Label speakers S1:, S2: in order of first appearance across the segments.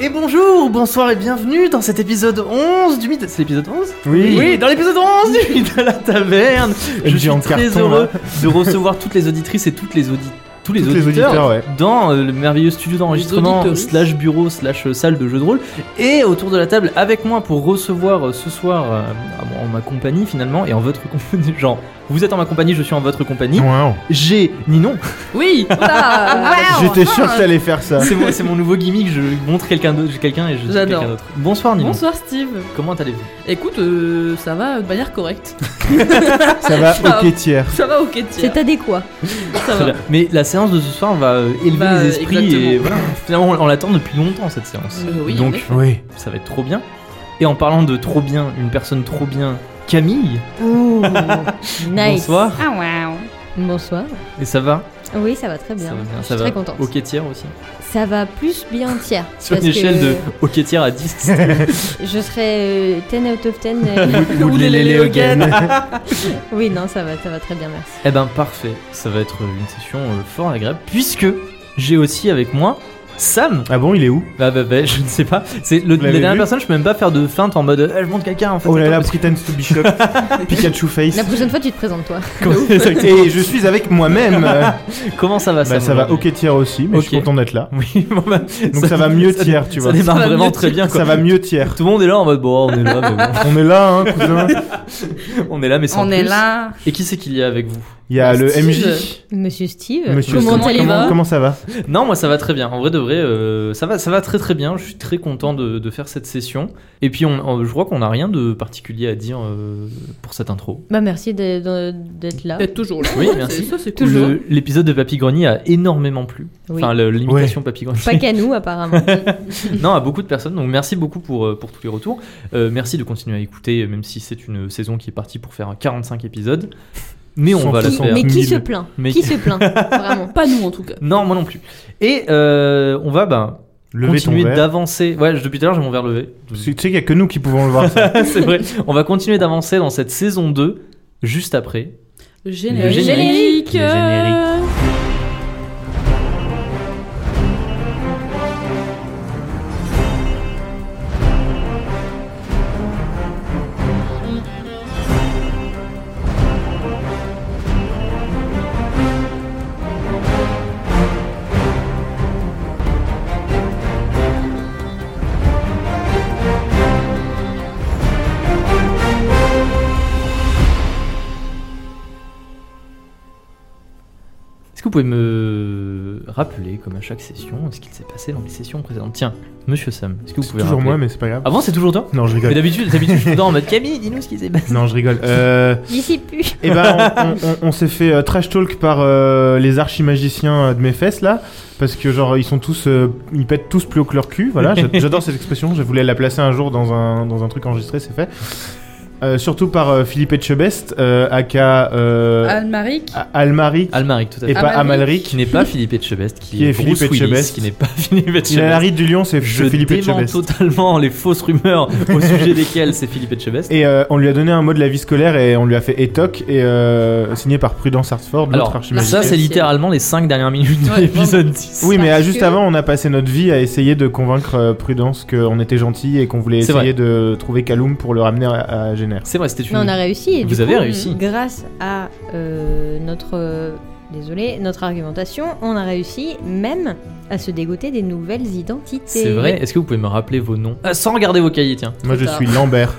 S1: Et bonjour, bonsoir et bienvenue dans cet épisode 11 du Mythe. C'est l'épisode 11
S2: Oui.
S1: Oui, dans l'épisode 11 du Mythe à la taverne.
S2: Et
S1: Je
S2: le
S1: suis
S2: géant
S1: très
S2: carton,
S1: heureux
S2: là.
S1: de recevoir toutes les auditrices et toutes les audi- tous les
S2: Tous
S1: auditeurs,
S2: ouais.
S1: dans euh, le merveilleux studio d'enregistrement
S3: auditoristes.
S1: slash bureau slash euh, salle de jeu de rôle et autour de la table avec moi pour recevoir euh, ce soir euh, à- en ma compagnie finalement et en votre compagnie genre vous êtes en ma compagnie je suis en votre compagnie
S2: Wow.
S1: j'ai Ninon
S3: Oui
S4: Wow.
S2: J'étais sûr que t'allais faire ça.
S1: c'est mon, c'est mon nouveau gimmick je montre quelqu'un d'autre quelqu'un et je dis
S3: J'adore.
S1: quelqu'un d'autre bonsoir Ninon
S3: Bonsoir Steve.
S1: comment allez-vous
S3: Écoute, euh, ça va de manière correcte.
S2: Ça va ok tiers.
S3: Ça va ok tiens.
S4: C'est adéquat.
S3: Ça
S1: Très
S3: va.
S1: bien. Mais la séance de ce soir va euh, élever
S3: Bah,
S1: les esprits et
S3: exactement.
S1: voilà. finalement on, on l'attend depuis longtemps cette séance.
S3: Euh, oui,
S1: Donc
S3: en effet.
S2: Oui.
S1: ça va être trop bien. Et en parlant de trop bien, une personne trop bien, Camille.
S4: nice.
S1: Bonsoir.
S4: Ah wow. Bonsoir.
S1: Et ça va
S4: Oui, ça va très bien.
S1: Ça va bien.
S4: Je
S1: Ça
S4: suis
S1: va.
S4: très contente.
S1: Au quai-tiers aussi.
S4: Ça va plus bien tiers.
S1: Sur
S4: parce
S1: une échelle de
S4: que
S1: au quai-tiers à 10.
S4: Je serais euh, 10 out of 10. euh,
S3: Ou les Lélé Hogan.
S4: oui, non, ça va, ça va très bien, merci.
S1: eh ben parfait. Ça va être une session euh, fort agréable puisque j'ai aussi avec moi Sam.
S2: Ah bon, il est où
S1: Bah bah bah je ne sais pas. C'est le,
S2: Vous
S1: la
S2: l'avez
S1: dernière
S2: vu
S1: personne. Je peux même pas faire de feinte en mode eh, je monte quelqu'un en fait.
S2: Oh là
S1: c'est
S2: là,
S1: pas
S2: pretends to be shocked. Pikachu face.
S4: La prochaine fois, tu te présentes, toi.
S1: possible.
S2: Et je suis avec moi-même. Bah,
S1: Comment ça va Sam
S2: ça va
S1: aujourd'hui
S2: ok tiers aussi, mais je suis
S1: Ok.
S2: content d'être là.
S1: Oui, bon bah,
S2: Donc ça va mieux tiers, tu
S1: Ça
S2: vois.
S1: démarre
S3: Ça va
S1: vraiment
S3: mieux
S1: très bien. Quoi.
S2: Ça va mieux tiers.
S1: Tout le monde est là en mode bon, on est là, mais
S2: On est là, hein, cousin.
S1: bon, on est là, mais sans
S3: On est
S1: plus.
S3: là.
S1: Et qui c'est qu'il y a avec vous
S2: Il y a le
S3: Steve.
S2: MJ.
S4: Monsieur Steve,
S2: Monsieur
S4: comment
S2: Steve,
S4: allez-vous
S2: Comment ça va
S1: Non, moi ça va très bien. En vrai de vrai, euh, ça va, ça va très très bien. Je suis très content de, de faire cette session. Et puis, on, on- je crois qu'on n'a rien de particulier à dire euh, pour cette intro.
S4: Bah, merci de- de- d'être là.
S3: T'es toujours là.
S1: Oui,
S3: C'est-
S1: merci.
S3: Ça c'est cool.
S1: Le- L'épisode de Papy Grenier a énormément plu.
S4: Oui.
S1: Enfin, le- l'imitation Papy Grenier.
S4: Pas qu'à nous, apparemment.
S1: non, à beaucoup de personnes. Donc merci beaucoup pour, euh, pour tous les retours. Euh, merci de continuer à écouter, même si c'est une saison qui est partie pour faire 45 épisodes. Mais on
S2: Sans
S1: va la
S4: Qui-
S2: façon.
S1: faire.
S4: mais qui
S2: Mille.
S4: se plaint
S1: Mais-
S4: Qui se plaint Vraiment.
S3: Pas nous en tout cas.
S1: Non, moi non plus. Et euh, on va ben,
S2: Levez ton
S1: continuer
S2: verre.
S1: d'avancer. Ouais, je- depuis tout à l'heure, j'ai mon verre levé.
S2: Tu sais qu'il y a que nous qui pouvons le voir. ça.
S1: C'est vrai. On va continuer d'avancer dans cette saison 2, juste après.
S3: Générique. euh,
S1: Le générique. Le générique. Est-ce que vous pouvez me rappeler, comme à chaque session, ce qu'il s'est passé dans les sessions précédentes Tiens, monsieur Sam, est-ce que vous
S2: C'est
S1: pouvez
S2: toujours
S1: rappeler
S2: moi, mais c'est pas grave.
S1: Avant, c'est toujours toi
S2: Non, je
S1: Mais
S2: rigole.
S1: d'habitude, d'habitude, je suis dedans en mode Camille, dis-nous ce qui s'est passé.
S2: Non, je rigole. Euh.
S4: J'y sais plus.
S2: Et ben, on, on- on- on s'est fait euh, trash talk par euh, les archimagiciens euh, de mes fesses là, parce que genre ils sont tous, euh, ils pètent tous plus haut que leur cul. Voilà, j'a- j'adore cette expression. Je voulais la placer un jour dans un dans un truc enregistré, c'est fait. Euh, surtout par euh, Philippe Etchebest, euh, aka euh,
S3: Anne-Marie.
S2: A- Almaric
S1: Almaric, tout à
S2: et
S1: fait.
S2: pas
S3: Ah. Amalric.
S2: Amalric.
S1: Qui n'est pas Philippe Etchebest, qui,
S2: Qui est
S1: est Bruce
S2: Philippe
S1: Willis,
S2: Etchebest.
S1: qui n'est pas Philippe
S2: Il a
S1: Etchebest.
S2: la ride du lion, c'est
S1: Je
S2: c'est Philippe
S1: dément
S2: Etchebest.
S1: totalement les fausses rumeurs au sujet desquelles c'est Philippe Etchebest.
S2: Et euh, on lui a donné un mot de la vie scolaire et on lui a fait étoc et euh, signé par Prudence Hartford, l'autre
S1: Alors,
S2: archimagicien.
S1: ça, c'est littéralement les 5 dernières minutes de
S3: Ouais,
S1: l'épisode 10.
S2: Oui, mais
S4: Parce
S2: à juste
S4: que-
S2: avant, on a passé notre vie à essayer de convaincre euh, Prudence qu'on était gentil et qu'on voulait
S1: C'est
S2: essayer
S1: vrai.
S2: de trouver Kaloum pour le ramener à, à Génère.
S1: C'est vrai, c'était une.
S4: Mais on a réussi. et du
S1: Vous avez
S4: coup,
S1: réussi.
S4: Grâce à euh, notre, euh, désolé, notre argumentation, on a réussi même à se dégoter des nouvelles identités.
S1: C'est vrai, est-ce que vous pouvez me rappeler vos noms Ah, Sans regarder vos cahiers, tiens.
S2: Moi, je
S3: tard.
S2: suis Lambert.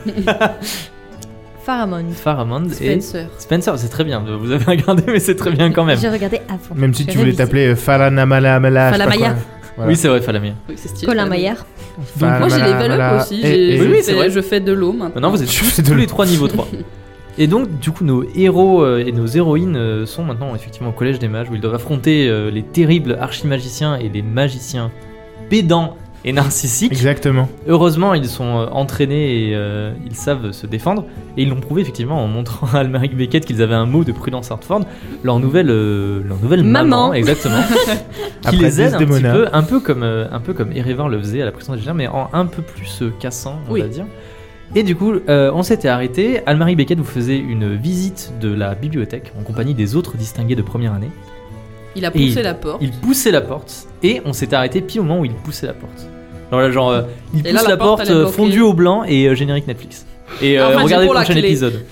S4: Pharamond.
S1: Faramond et
S3: Spencer.
S1: Spencer, c'est très bien. Vous avez regardé, mais c'est très bien quand même.
S4: J'ai regardé avant.
S2: Même si
S4: J'ai
S2: tu voulais
S4: révisé.
S2: t'appeler euh, Falanamalamala. ah, je sais pas
S3: Falamaya.
S2: quoi. Voilà.
S1: Oui, c'est vrai, Falamir.
S3: Oui, c'est stylé.
S4: Colin Maillard.
S1: Ah,
S3: Moi j'ai les valeurs
S2: Falamala-
S3: aussi.
S2: et-
S3: J'ai-
S2: et-
S3: je
S1: Oui, oui,
S3: fais-
S1: c'est vrai.
S3: Je fais de l'eau maintenant.
S1: Maintenant, vous êtes
S2: Je fais de
S1: tous
S2: l'eau.
S1: les trois niveau 3. Et donc, du coup, nos héros euh, et nos héroïnes euh, sont maintenant effectivement au collège des mages où ils doivent affronter euh, les terribles archimagiciens et les magiciens pédants et narcissiques.
S2: Exactement.
S1: Heureusement, ils sont euh, entraînés et euh, ils savent se défendre. Et ils l'ont prouvé effectivement en montrant à Almaric Beckett qu'ils avaient un mot de Prudence Hartford, leur nouvelle, euh, leur nouvelle maman,
S4: Maman.
S1: exactement, qui
S2: Après
S1: les aide un petit
S2: Desdemona.
S1: peu, un peu comme, euh, un peu comme Erevar le faisait à la prison des Géants, mais en un peu plus euh, cassant, on
S3: Oui.
S1: va dire. Et du coup, euh, on s'était arrêté. Almaric Beckett vous faisait une visite de la bibliothèque en compagnie des autres distingués de première année.
S3: Il a
S1: Et-
S3: poussé la porte.
S1: Il poussait la porte et on s'est arrêté pile au moment où il poussait la porte. Genre, là, genre euh, il
S3: Et
S1: pousse
S3: là,
S1: la,
S3: la porte,
S1: porte,
S3: elle est
S1: euh,
S3: bloquée. Ah,
S1: fondue au blanc et euh, générique Netflix. Et euh,
S3: Enfin, c'est
S1: regardez le
S3: pour la
S1: prochain
S3: clé.
S1: épisode.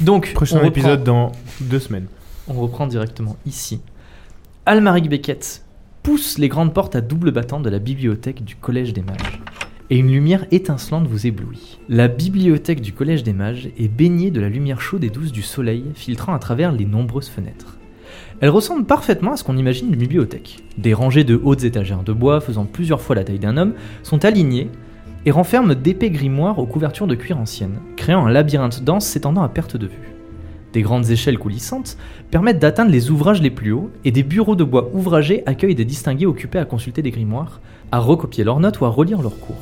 S1: Donc,
S2: Prochain
S1: on reprend-
S2: épisode dans deux semaines.
S1: on reprend directement ici. Almaric Beckett pousse les grandes portes à double battant de la bibliothèque du Collège des Mages. Et une lumière étincelante vous éblouit. La bibliothèque du Collège des Mages est baignée de la lumière chaude et douce du soleil filtrant à travers les nombreuses fenêtres. Elle ressemble parfaitement à ce qu'on imagine une bibliothèque. Des rangées de hautes étagères de bois faisant plusieurs fois la taille d'un homme sont alignées et renferment d'épais grimoires aux couvertures de cuir ancienne, créant un labyrinthe dense s'étendant à perte de vue. Des grandes échelles coulissantes permettent d'atteindre les ouvrages les plus hauts, et des bureaux de bois ouvragés accueillent des distingués occupés à consulter des grimoires, à recopier leurs notes ou à relire leurs cours.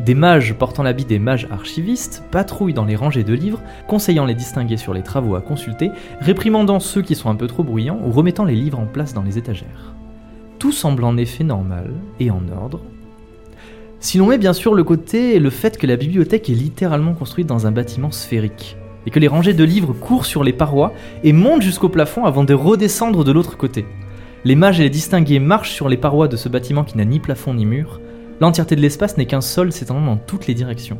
S1: Des mages portant l'habit des mages archivistes patrouillent dans les rangées de livres, conseillant les distingués sur les travaux à consulter, réprimandant ceux qui sont un peu trop bruyants ou remettant les livres en place dans les étagères. Tout semble en effet normal et en ordre. Si l'on met bien sûr le côté le fait que la bibliothèque est littéralement construite dans un bâtiment sphérique, et que les rangées de livres courent sur les parois et monte jusqu'au plafond avant de redescendre de l'autre côté. Les mages et les distingués marchent sur les parois de ce bâtiment qui n'a ni plafond ni mur. L'entièreté de l'espace n'est qu'un sol s'étendant dans toutes les directions.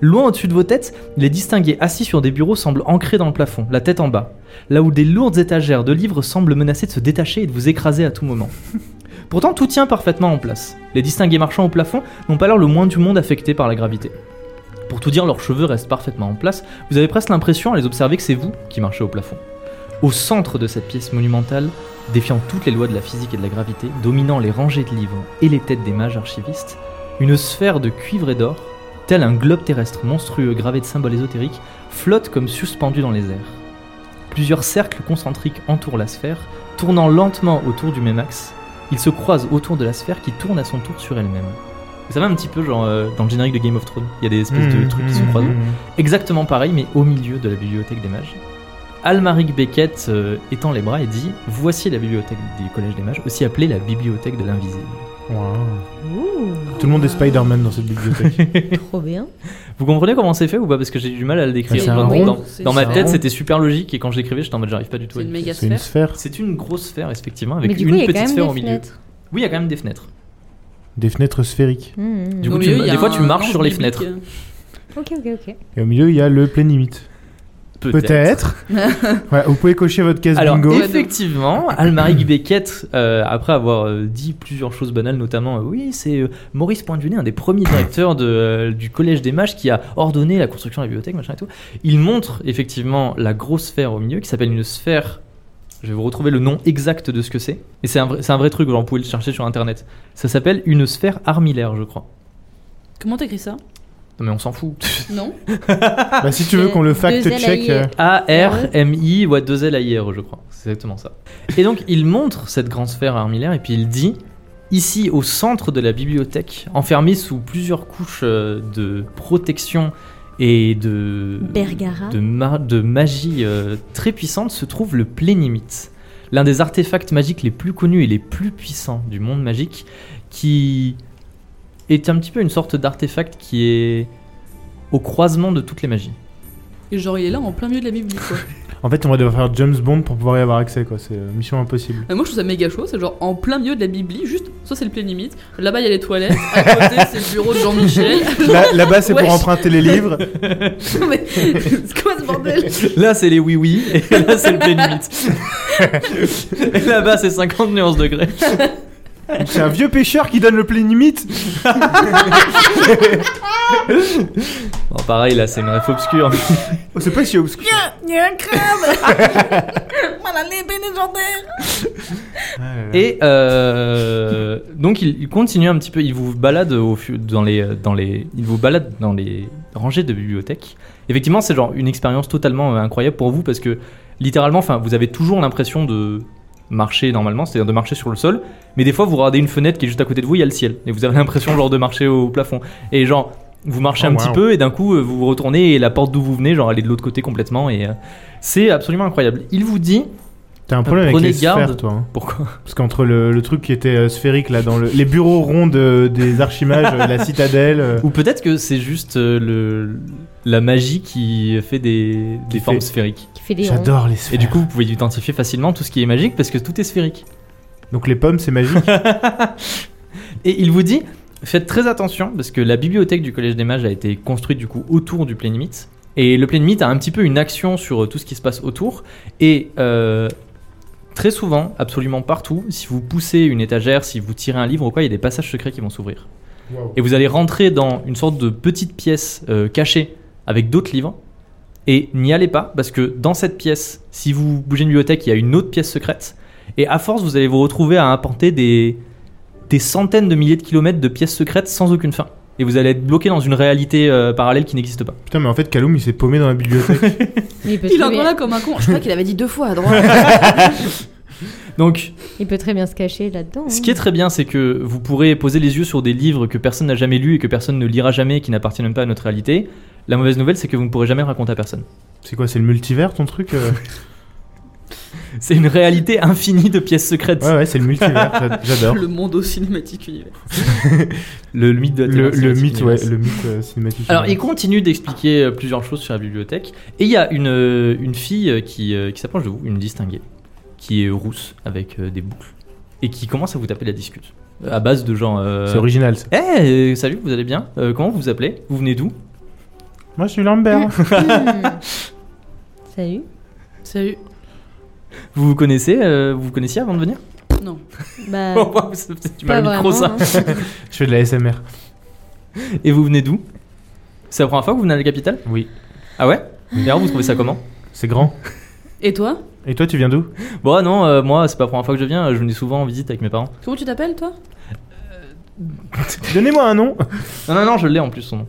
S1: Loin au-dessus de vos têtes, les distingués assis sur des bureaux semblent ancrés dans le plafond, la tête en bas, là où des lourdes étagères de livres semblent menacer de se détacher et de vous écraser à tout moment. Pourtant, tout tient parfaitement en place. Les distingués marchant au plafond n'ont pas l'air le moins du monde affectés par la gravité. Pour tout dire, leurs cheveux restent parfaitement en place, vous avez presque l'impression à les observer que c'est vous qui marchez au plafond. Au centre de cette pièce monumentale, défiant toutes les lois de la physique et de la gravité, dominant les rangées de livres et les têtes des mages archivistes, une sphère de cuivre et d'or, tel un globe terrestre monstrueux gravé de symboles ésotériques, flotte comme suspendu dans les airs. Plusieurs cercles concentriques entourent la sphère, tournant lentement autour du même axe. Ils se croisent autour de la sphère qui tourne à son tour sur elle-même. Ça va un petit peu genre euh, dans le générique de Game of Thrones, il y a des espèces
S2: Hmm,
S1: de trucs qui se croisent. Exactement pareil, mais au milieu de la bibliothèque des mages. Almaric Beckett euh, étend les bras et dit Voici la bibliothèque des collèges des mages, aussi appelée la bibliothèque de l'invisible.
S2: Wow.
S4: Ouh,
S2: Tout le monde est Spider-Man dans cette bibliothèque.
S4: trop bien.
S1: Vous comprenez comment c'est fait ou pas Parce que j'ai du mal à le décrire.
S2: Ah, c'est un
S1: dans,
S2: rond.
S1: dans-
S3: C'est-
S1: dans ma
S2: c'est un
S1: tête,
S2: rond.
S1: c'était super logique et quand je l'écrivais, j'étais en mode J'arrive pas du tout. à
S3: C'est une
S1: le
S3: méga
S1: décrire.
S2: C'est une
S3: sphère.
S2: sphère.
S1: C'est une grosse sphère, effectivement,
S4: Mais
S1: avec
S4: du
S1: une
S4: coup, il y a quand
S1: petite
S4: même
S1: sphère
S4: des
S1: au milieu.
S4: fenêtres.
S1: Oui, il y a quand même des fenêtres.
S2: Des fenêtres sphériques.
S4: Mmh,
S1: Du
S4: mmh.
S1: coup,
S3: Au
S1: tu-
S3: milieu, il y a
S1: des fois,
S3: un
S1: tu marches
S3: ange
S1: sur les
S3: biblique.
S1: fenêtres.
S4: Ok, ok, ok.
S2: Et au milieu, il y a le plein limite. Peut-être. Ouais, vous pouvez cocher votre case
S1: Alors,
S2: bingo.
S1: effectivement, Almaric Beckett, euh, après avoir euh, dit plusieurs choses banales, notamment, euh, oui, c'est euh, Maurice Poindunet, un des premiers directeurs de, euh, du Collège des Mages, qui a ordonné la construction de la bibliothèque, machin et tout. Il montre effectivement la grosse sphère au milieu, qui s'appelle une sphère. Je vais vous retrouver le nom exact de ce que c'est. Et c'est un, vrai- c'est un vrai truc, genre, vous pouvez le chercher sur internet. Ça s'appelle une sphère armillaire, je crois.
S3: Comment t'écris ça
S1: Non, mais on s'en fout.
S3: Non
S2: Bah, si tu veux qu'on le fact-check.
S3: E.
S4: Deux
S2: euh,
S4: LAI.
S1: A-R-M-I, ouais, 2 L A-I-R, je crois. C'est exactement ça. Et donc, il montre cette grande sphère armillaire et puis il dit Ici, au centre de la bibliothèque, enfermée sous plusieurs couches euh, de protection et de.
S4: Bergara.
S1: De, ma- de magie euh, très puissante se trouve le Plénimite, l'un des artefacts magiques les plus connus et les plus puissants du monde magique, qui est un petit peu une sorte d'artefact qui est au croisement de toutes les magies.
S3: Et genre, il est là en plein milieu de la Bible, quoi.
S2: En fait, on va devoir faire James Bond pour pouvoir y avoir accès. quoi. C'est euh, mission impossible.
S3: Mais moi, je trouve ça méga chaud. C'est genre en plein milieu de la Bibli, juste, ça c'est le plein limite. Là-bas, il y a les toilettes. À côté, c'est le bureau de Jean-Michel.
S2: Là- Là-bas, c'est
S3: Ouais.
S2: pour emprunter les livres.
S3: Non, mais c'est quoi ce bordel
S1: Là, c'est les oui-oui, et là, c'est le Plénimite. et là-bas, c'est 50 nuances degrés.
S2: C'est un vieux pêcheur qui donne le plein limite.
S1: Bon, pareil, là, c'est une ref obscure.
S2: Oh, c'est pas si obscur.
S3: Ah, Il y a un crabe Voilà, l'épée légendaire
S1: Et euh, donc, il, il continue un petit peu, il vous balade au fu- dans, les, dans, les, il vous balade dans les rangées de bibliothèques. Effectivement, c'est genre une expérience totalement euh, incroyable pour vous parce que littéralement, enfin, vous avez toujours l'impression de marcher normalement, c'est-à-dire de marcher sur le sol, mais des fois vous regardez une fenêtre qui est juste à côté de vous, il y a le ciel, et vous avez l'impression genre de marcher au plafond. Et genre, vous marchez
S2: Oh,
S1: un petit
S2: wow.
S1: peu, et d'un coup euh, vous vous retournez, et la porte d'où vous venez, genre elle est de l'autre côté complètement, et euh, c'est absolument incroyable. Il vous dit,
S2: T'as un problème avec
S1: Euh, Prenez
S2: les
S1: garde.
S2: sphères, toi. hein.
S1: pourquoi
S2: Parce qu'entre le, le truc qui était euh, sphérique, là, dans le, les bureaux ronds de- des archimages, euh, la citadelle. euh,
S1: Ou peut-être que c'est juste euh, le, la magie qui fait des, des
S2: fait-
S1: formes sphériques.
S4: Qui fait des ronds.
S2: J'adore les sphères.
S1: Et du coup, vous pouvez identifier facilement tout ce qui est magique parce que tout est sphérique.
S2: Donc les pommes, c'est magique.
S1: Et il vous dit Faites très attention parce que la bibliothèque du Collège des Mages a été construite du coup autour du Plein Limite. Et le Plein Limite a un petit peu une action sur euh, tout ce qui se passe autour. Et euh, très souvent, absolument partout, si vous poussez une étagère, si vous tirez un livre ou quoi, il y a des passages secrets qui vont s'ouvrir. Et vous allez rentrer dans une sorte de petite pièce euh, cachée avec d'autres livres. Et n'y allez pas, parce que dans cette pièce, si vous bougez une bibliothèque, il y a une autre pièce secrète. Et à force, vous allez vous retrouver à apporter des, des centaines de milliers de kilomètres de pièces secrètes sans aucune fin. Et vous allez être bloqué dans une réalité euh, parallèle qui n'existe pas.
S2: Putain, mais en fait, Kaloum, il s'est paumé dans la bibliothèque.
S4: Il peut,
S3: Il est
S4: très
S3: encore là
S4: bien,
S3: comme un con. Je crois qu'il avait dit deux fois à droite.
S1: Donc,
S4: il peut très bien se cacher là-dedans.
S1: ce
S4: hein.
S1: qui est très bien, c'est que vous pourrez poser les yeux sur des livres que personne n'a jamais lus et que personne ne lira jamais et qui n'appartiennent même pas à notre réalité. La mauvaise nouvelle, c'est que vous ne pourrez jamais le raconter à personne.
S2: c'est quoi, c'est le multivers ton truc euh
S1: C'est une réalité infinie de pièces secrètes.
S2: Ouais, ouais, c'est le multivers, j'a- j'adore.
S3: le monde au cinématique univers.
S1: Le, mythe de la
S2: Le,
S1: télé-
S2: le mythe, ouais,
S1: cinématique.
S2: le mythe euh, cinématique.
S1: Alors, il continue d'expliquer euh, plusieurs choses sur la bibliothèque. Et il y a une, euh, une fille euh, qui, euh, qui s'approche de vous, une distinguée, qui est rousse avec euh, des boucles, et qui commence à vous taper la discute. Euh, À base de genre. euh,
S2: C'est original, ça.
S1: Eh, euh, salut, vous allez bien Euh, Comment vous vous appelez Vous venez d'où
S2: Moi, je suis Lambert.
S4: Hmm. Salut.
S3: Salut.
S1: Vous vous connaissez euh, Vous vous connaissiez avant de venir
S3: Non.
S4: Bah,
S1: Oh, waouh, c'est c'est du
S4: pas
S1: mal au micro
S4: vraiment.
S1: ça.
S4: hein.
S2: je fais de la SMR.
S1: Et vous venez d'où C'est la première fois que vous venez à la capitale
S2: Oui.
S1: Ah ouais Et alors, vous trouvez ça comment
S2: C'est grand.
S3: Et toi
S2: Et toi, tu viens d'où
S1: Bon, ah non, euh, moi, c'est pas la première fois que je viens, euh, je venais souvent en visite avec mes parents.
S3: Comment tu t'appelles toi
S2: Donnez-moi un nom.
S1: Non, non, non, je l'ai en plus son nom.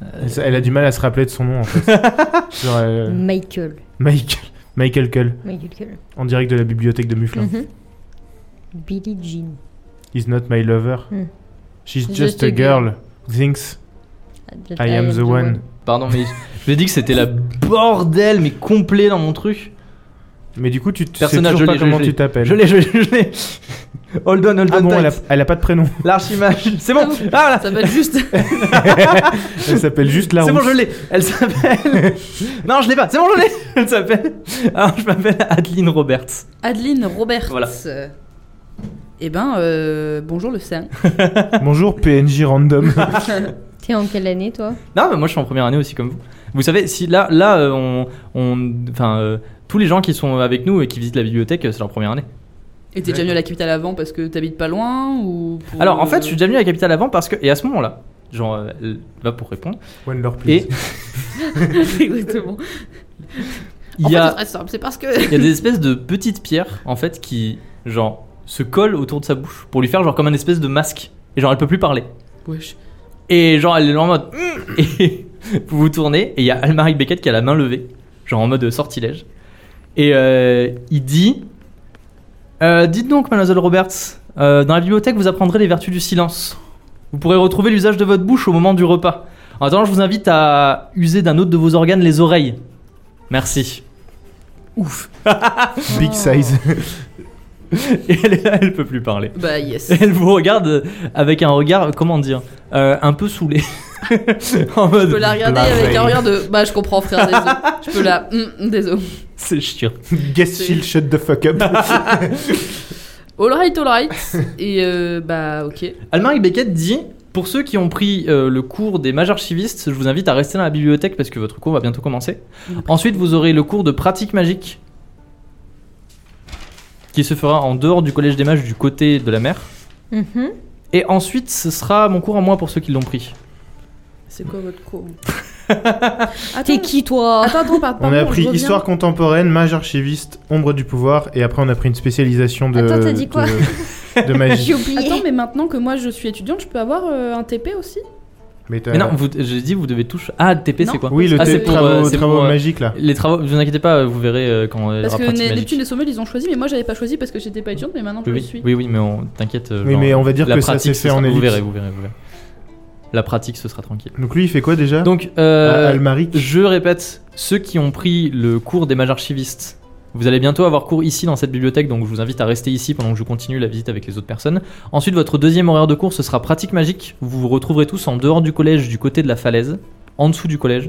S2: Elle, Euh, elle a du mal à se rappeler de son nom, en fait. Genre, euh,
S4: hein. Michael.
S2: Michael. Michael Cull,
S4: Michael Cole.
S2: en direct de la bibliothèque de Mufflin.
S4: Mhm. Billie Jean.
S2: He's not my lover.
S4: Mm.
S2: She's
S4: Just
S2: just
S4: a
S2: a girl. Thinks I am the one.
S1: Pardon, mais je ai dit que c'était la bordel, mais complet dans mon truc.
S2: Mais du coup, tu ne sais
S1: Personnage,
S2: toujours
S1: je
S2: pas
S1: l'ai, je
S2: comment
S1: l'ai.
S2: tu t'appelles.
S1: Je l'ai, je l'ai, je l'ai. Hold on, hold on.
S2: Ah bon, elle a,
S1: tight.
S2: elle a pas de prénom.
S1: L'archimage. C'est bon.
S3: Ah oui.
S1: Ah, là.
S3: Ça va être juste.
S2: Elle s'appelle juste la
S1: C'est bon,
S2: Rousse.
S1: je l'ai. Elle s'appelle. non, je l'ai pas. C'est bon, je l'ai. Elle s'appelle. Alors, je m'appelle Adeline Roberts.
S3: Adeline Roberts.
S1: Voilà.
S3: Eh ben, euh, bonjour le sang.
S2: Bonjour, PNJ random.
S4: T'es en quelle année, toi
S1: Non, mais moi, je suis en première année aussi, comme vous. Vous savez, si là, là, euh, on, on, enfin, euh, tous les gens qui sont avec nous et qui visitent la bibliothèque, euh, c'est leur première année.
S3: Et t'es déjà venu à la capitale avant parce que t'habites pas loin ou pour-
S1: Alors, en fait, je suis déjà venu à la capitale avant parce que, et à ce moment-là, genre, euh, elle va pour répondre.
S2: One Lord, please.
S1: Et
S3: euh, Exactement.
S1: il
S3: En
S1: y
S3: fait,
S1: a.
S3: ce serait simple, c'est parce que.
S1: Il y a des espèces de petites pierres en fait qui genre se collent autour de sa bouche pour lui faire genre comme un espèce de masque et genre elle peut plus parler.
S3: Wesh.
S1: Et genre elle est en mode Mm et vous vous tournez et il y a Almaric Beckett qui a la main levée genre en mode sortilège et euh, il dit Euh, dites donc mademoiselle Roberts euh, dans la bibliothèque vous apprendrez les vertus du silence. Vous pourrez retrouver l'usage de votre bouche au moment du repas. En attendant, je vous invite à user d'un autre de vos organes, les oreilles. Merci.
S3: Ouf.
S2: Big size.
S1: Et elle est là, elle peut plus parler.
S3: Bah yes.
S1: Et Elle vous regarde avec un regard, comment dire, euh, un peu saoulé. en
S3: Je peux
S1: mode,
S3: la regarder
S2: La
S3: avec un
S2: veille.
S3: regard de. Bah je comprends frère, désolé. je peux la. Hum, désolé.
S1: c'est chiant.
S2: Guess she'll shut the fuck up.
S3: Alright, alright. Et euh, bah ok.
S1: Almaric Beckett dit Pour ceux qui ont pris euh, le cours des mages archivistes, je vous invite à rester dans la bibliothèque parce que votre cours va bientôt commencer. Ensuite, vous aurez le cours de pratique magique qui se fera en dehors du collège des mages du côté de la mer.
S4: Mhm.
S1: Et ensuite, ce sera mon cours à moi pour ceux qui l'ont pris.
S3: C'est quoi votre cours
S4: T'es qui, toi
S3: Attends, attends, pardon.
S2: On a appris
S3: je reviens.
S2: histoire contemporaine, mage archiviste, ombre du pouvoir, et après on a pris une spécialisation de.
S4: Attends, t'as dit quoi
S2: de, de magie.
S4: J'ai oublié.
S3: Attends, mais maintenant que moi je suis étudiante, je peux avoir euh, un TP aussi
S2: Mais t'as-
S1: Mais non, vous- j'ai dit, vous devez toucher. Ah, TP,
S3: Non.
S1: c'est quoi
S2: Euh, Oui, le
S1: Ah,
S2: thé-
S1: c'est pour,
S2: travaux,
S1: euh, c'est
S2: travaux
S1: pour, euh,
S2: magiques là.
S1: Les travaux, vous inquiétez pas, vous verrez euh, quand euh, il y
S3: Parce
S1: aura
S3: que
S1: pratique
S3: Ne-
S1: magique.
S3: Neptune et Sommel ils ont choisi, mais moi j'avais pas choisi parce que j'étais pas étudiante, mais maintenant je
S1: Oui,
S3: le
S1: oui,
S3: suis.
S1: oui, oui, mais on t'inquiète. euh,
S2: Oui,
S1: genre,
S2: mais on va dire
S1: la
S2: que ça
S1: pratique,
S2: s'est
S1: ce
S2: fait
S1: sera-
S2: en
S1: Vous
S2: ellipse.
S1: verrez, vous verrez, vous verrez. La pratique, ce sera tranquille.
S2: Donc lui, il fait quoi déjà
S1: Donc, euh,
S2: Ah, Almaric.
S1: je répète, ceux qui ont pris le cours des mages archivistes, vous allez bientôt avoir cours ici dans cette bibliothèque, donc je vous invite à rester ici pendant que je continue la visite avec les autres personnes. Ensuite, votre deuxième horaire de cours, ce sera pratique magique. Vous vous retrouverez tous en dehors du collège, du côté de la falaise, en dessous du collège.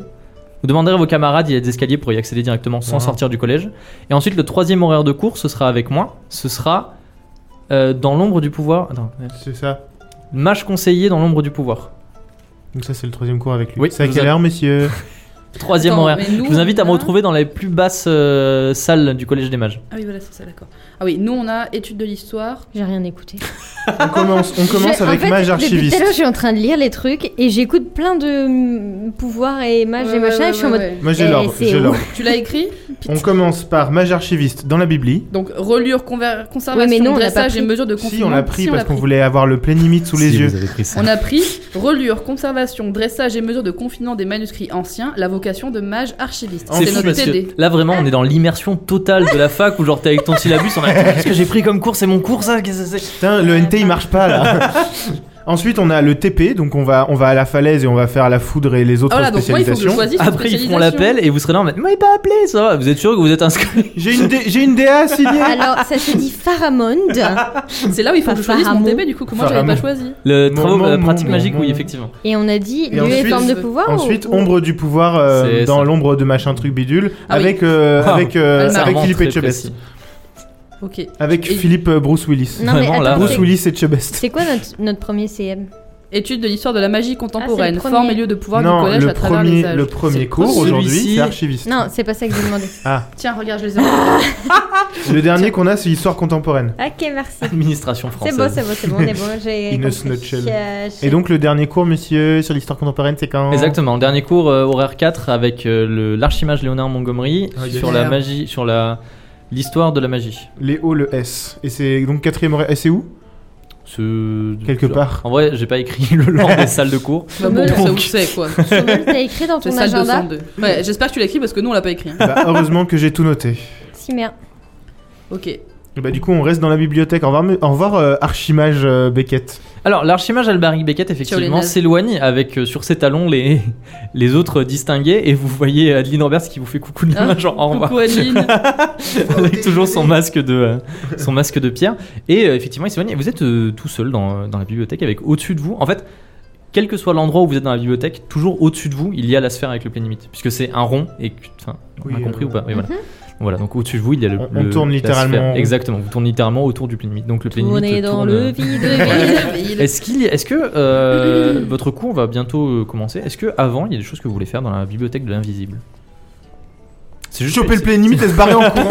S1: Vous demanderez à vos camarades, il y a des escaliers pour y accéder directement sans
S2: Ouais.
S1: sortir du collège. Et ensuite, le troisième horaire de cours, ce sera avec moi, ce sera euh, dans l'ombre du pouvoir. Attends,
S2: C'est ça.
S1: Mage conseiller dans l'ombre du pouvoir.
S2: Donc ça, c'est le troisième cours avec lui.
S1: Oui,
S2: c'est à
S1: vous
S2: quelle
S1: avez-
S2: heure, messieurs
S1: Troisième
S3: Attends,
S1: horaire.
S3: mais
S1: Je
S3: nous, hein
S1: vous invite à
S3: on
S1: me
S3: a-
S1: retrouver dans les plus basses euh, salles du Collège des Mages.
S3: Ah oui, voilà, c'est ça, d'accord. Ah oui, nous on a études de l'histoire.
S4: J'ai rien écouté.
S2: On commence, on commence
S4: Je- en
S2: avec
S4: fait,
S2: Mage
S4: Depuis tout à
S2: Archiviste.
S4: l'heure, je suis en train de lire les trucs et j'écoute plein de mm, pouvoirs et
S3: Ah,
S4: mages et machin. et je suis en mode.
S2: Moi, j'ai
S4: Eh,
S2: l'ordre.
S4: c'est
S2: J'ai
S4: où
S2: l'ordre.
S3: Tu l'as écrit
S2: On commence par Mage Archiviste dans la Bibli.
S3: Donc relure, conver- conservation,
S4: Ouais, mais nous, on l'a pas
S3: dressage
S4: pris.
S3: et mesure de
S2: Si,
S3: confinement.
S2: on l'a pris
S3: Si, on
S2: parce
S3: l'a
S2: qu'on
S3: pris.
S2: voulait avoir le plein limite sous les
S1: Si,
S2: yeux.
S1: vous avez pris ça.
S3: On a pris relure, conservation, dressage et mesure de confinement des manuscrits anciens, la vocation de mage archiviste.
S1: C'est
S3: C'est
S1: fou
S3: notre
S1: parce
S3: TD.
S1: que là vraiment on est dans l'immersion totale de la fac où genre t'es avec ton syllabus on a Attends, qu'est-ce que j'ai pris comme cours c'est mon cours ça Qu'est-ce que c'est
S2: Putain, le NT il marche pas là. Ensuite, on a le TP, donc on va, on va à la falaise et on va faire la foudre et les autres
S3: Ah voilà, donc moi il faut que je
S2: spécialisations.
S3: choisisse une
S1: après ils font
S3: spécialisation.
S1: l'appel et vous serez là en mode m'avez pas appelé ça va vous êtes sûr que vous êtes inscrit
S2: J'ai une, dé- j'ai une DA signée.
S4: Alors, ça se dit Pharamond.
S3: C'est là où il faut que je
S4: Enfin,
S3: choisisse mon
S4: Ramon.
S3: TB du coup que moi j'avais
S2: Enfin,
S3: pas
S2: Ramon.
S3: choisi.
S1: le
S2: Mon-
S1: travaux
S2: mon-
S1: euh,
S2: mon-
S1: pratique
S2: mon-
S1: magique
S2: mon-
S1: oui effectivement
S4: Et on a dit lieu et
S2: ensuite-
S4: forme de pouvoir.
S2: Ensuite,
S4: ou-
S2: ombre du pouvoir euh,
S1: C'est
S2: dans
S1: ça.
S2: l'ombre de machin truc bidule
S3: Ah oui.
S2: avec euh,
S1: Ah,
S2: avec euh,
S3: elle m'a
S2: avec
S1: Vraiment
S2: Philippe
S1: très
S2: Etchebest.
S1: précis.
S3: Ok.
S2: Avec
S3: Et-
S2: Philippe euh, Bruce Willis.
S4: Non, mais
S1: Vraiment, là,
S4: attends,
S1: ouais.
S2: Bruce
S4: c'est-
S2: Willis Etchebest.
S4: c'est quoi notre, notre premier CM
S3: Étude de l'histoire de la magie
S4: Ah, c'est le
S3: contemporaine,
S4: premier.
S3: forme et lieu de pouvoir du
S2: Non,
S3: collège
S2: le
S3: à travers les
S2: premier,
S3: âges.
S2: le
S3: C'est
S2: premier
S3: le
S2: cours
S1: possible.
S2: aujourd'hui,
S1: Celui-ci-
S2: c'est archiviste.
S4: Non, c'est pas ça que j'ai demandé.
S3: Tiens, regarde, je les ai.
S2: Le dernier qu'on a, c'est histoire contemporaine.
S4: Ok, merci.
S1: administration française
S4: C'est beau, c'est beau, c'est bon, on est bon. J'ai
S2: In a
S4: compris.
S2: nutshell.
S4: Euh, j'ai-
S2: Et donc le dernier cours, monsieur, sur l'histoire contemporaine, c'est quand
S1: Exactement, le dernier cours euh, horaire 4 avec euh, le- l'archimage Léonard Montgomery
S2: Ah, il est
S1: sur la
S2: génial.
S1: magie sur la l'histoire de la magie.
S2: Les O, le S. Et c'est donc quatrième. horaire- Et c'est où
S1: Ce-
S2: Quelque part.
S1: En vrai, j'ai pas écrit le nom des salles de cours.
S3: Bah bon,
S4: Donc-
S3: on sait où c'est quoi.
S4: Sommel, t'as écrit dans
S3: C'est
S4: ton
S3: salle
S4: agenda
S3: 202. Ouais, j'espère que tu l'as écrit parce que nous on l'a pas écrit. hein.
S2: Bah, heureusement que j'ai tout noté.
S4: Si, merde.
S3: Ok.
S2: Et bah, du coup, on reste dans la bibliothèque. Au revoir, me- au revoir, euh, Archimage euh, Beckett.
S1: Alors, l'archimage Albaric Beckett,
S3: Sur les
S1: effectivement,
S3: nazes.
S1: s'éloigne avec euh, sur ses talons les, les autres distingués. Et vous voyez Adeline Roberts qui vous fait coucou de la
S3: Ah,
S1: main, genre au revoir.
S3: Coucou Aline.
S1: Avec toujours son masque de, euh, son masque de pierre. Et euh, effectivement, il s'éloigne. Et vous êtes euh, tout seul dans, euh, dans la bibliothèque avec au-dessus de vous. En fait, quel que soit l'endroit où vous êtes dans la bibliothèque, toujours au-dessus de vous, il y a la sphère avec le plein limite. Puisque c'est un rond. Et que- enfin, on
S2: Oui,
S1: a compris
S2: euh,
S1: ou pas Oui, voilà.
S4: Mhm.
S1: Voilà, donc au-dessus de vous, il y a le.
S2: On- on
S1: le-
S2: tourne
S1: la
S2: littéralement
S1: sphère.
S2: en rond.
S1: Exactement, vous tournez littéralement autour du plein limite. Donc le plein
S4: On
S1: limite.
S4: est dans
S1: tourne- euh,
S4: le vide.
S1: est-ce qu'il, y- est-ce que euh, votre cours va bientôt euh, commencer Est-ce que avant il y a des choses que vous voulez faire dans la bibliothèque de l'invisible C'est juste,
S2: Choper le
S1: c'est-
S2: plein limite et se barrer en courant.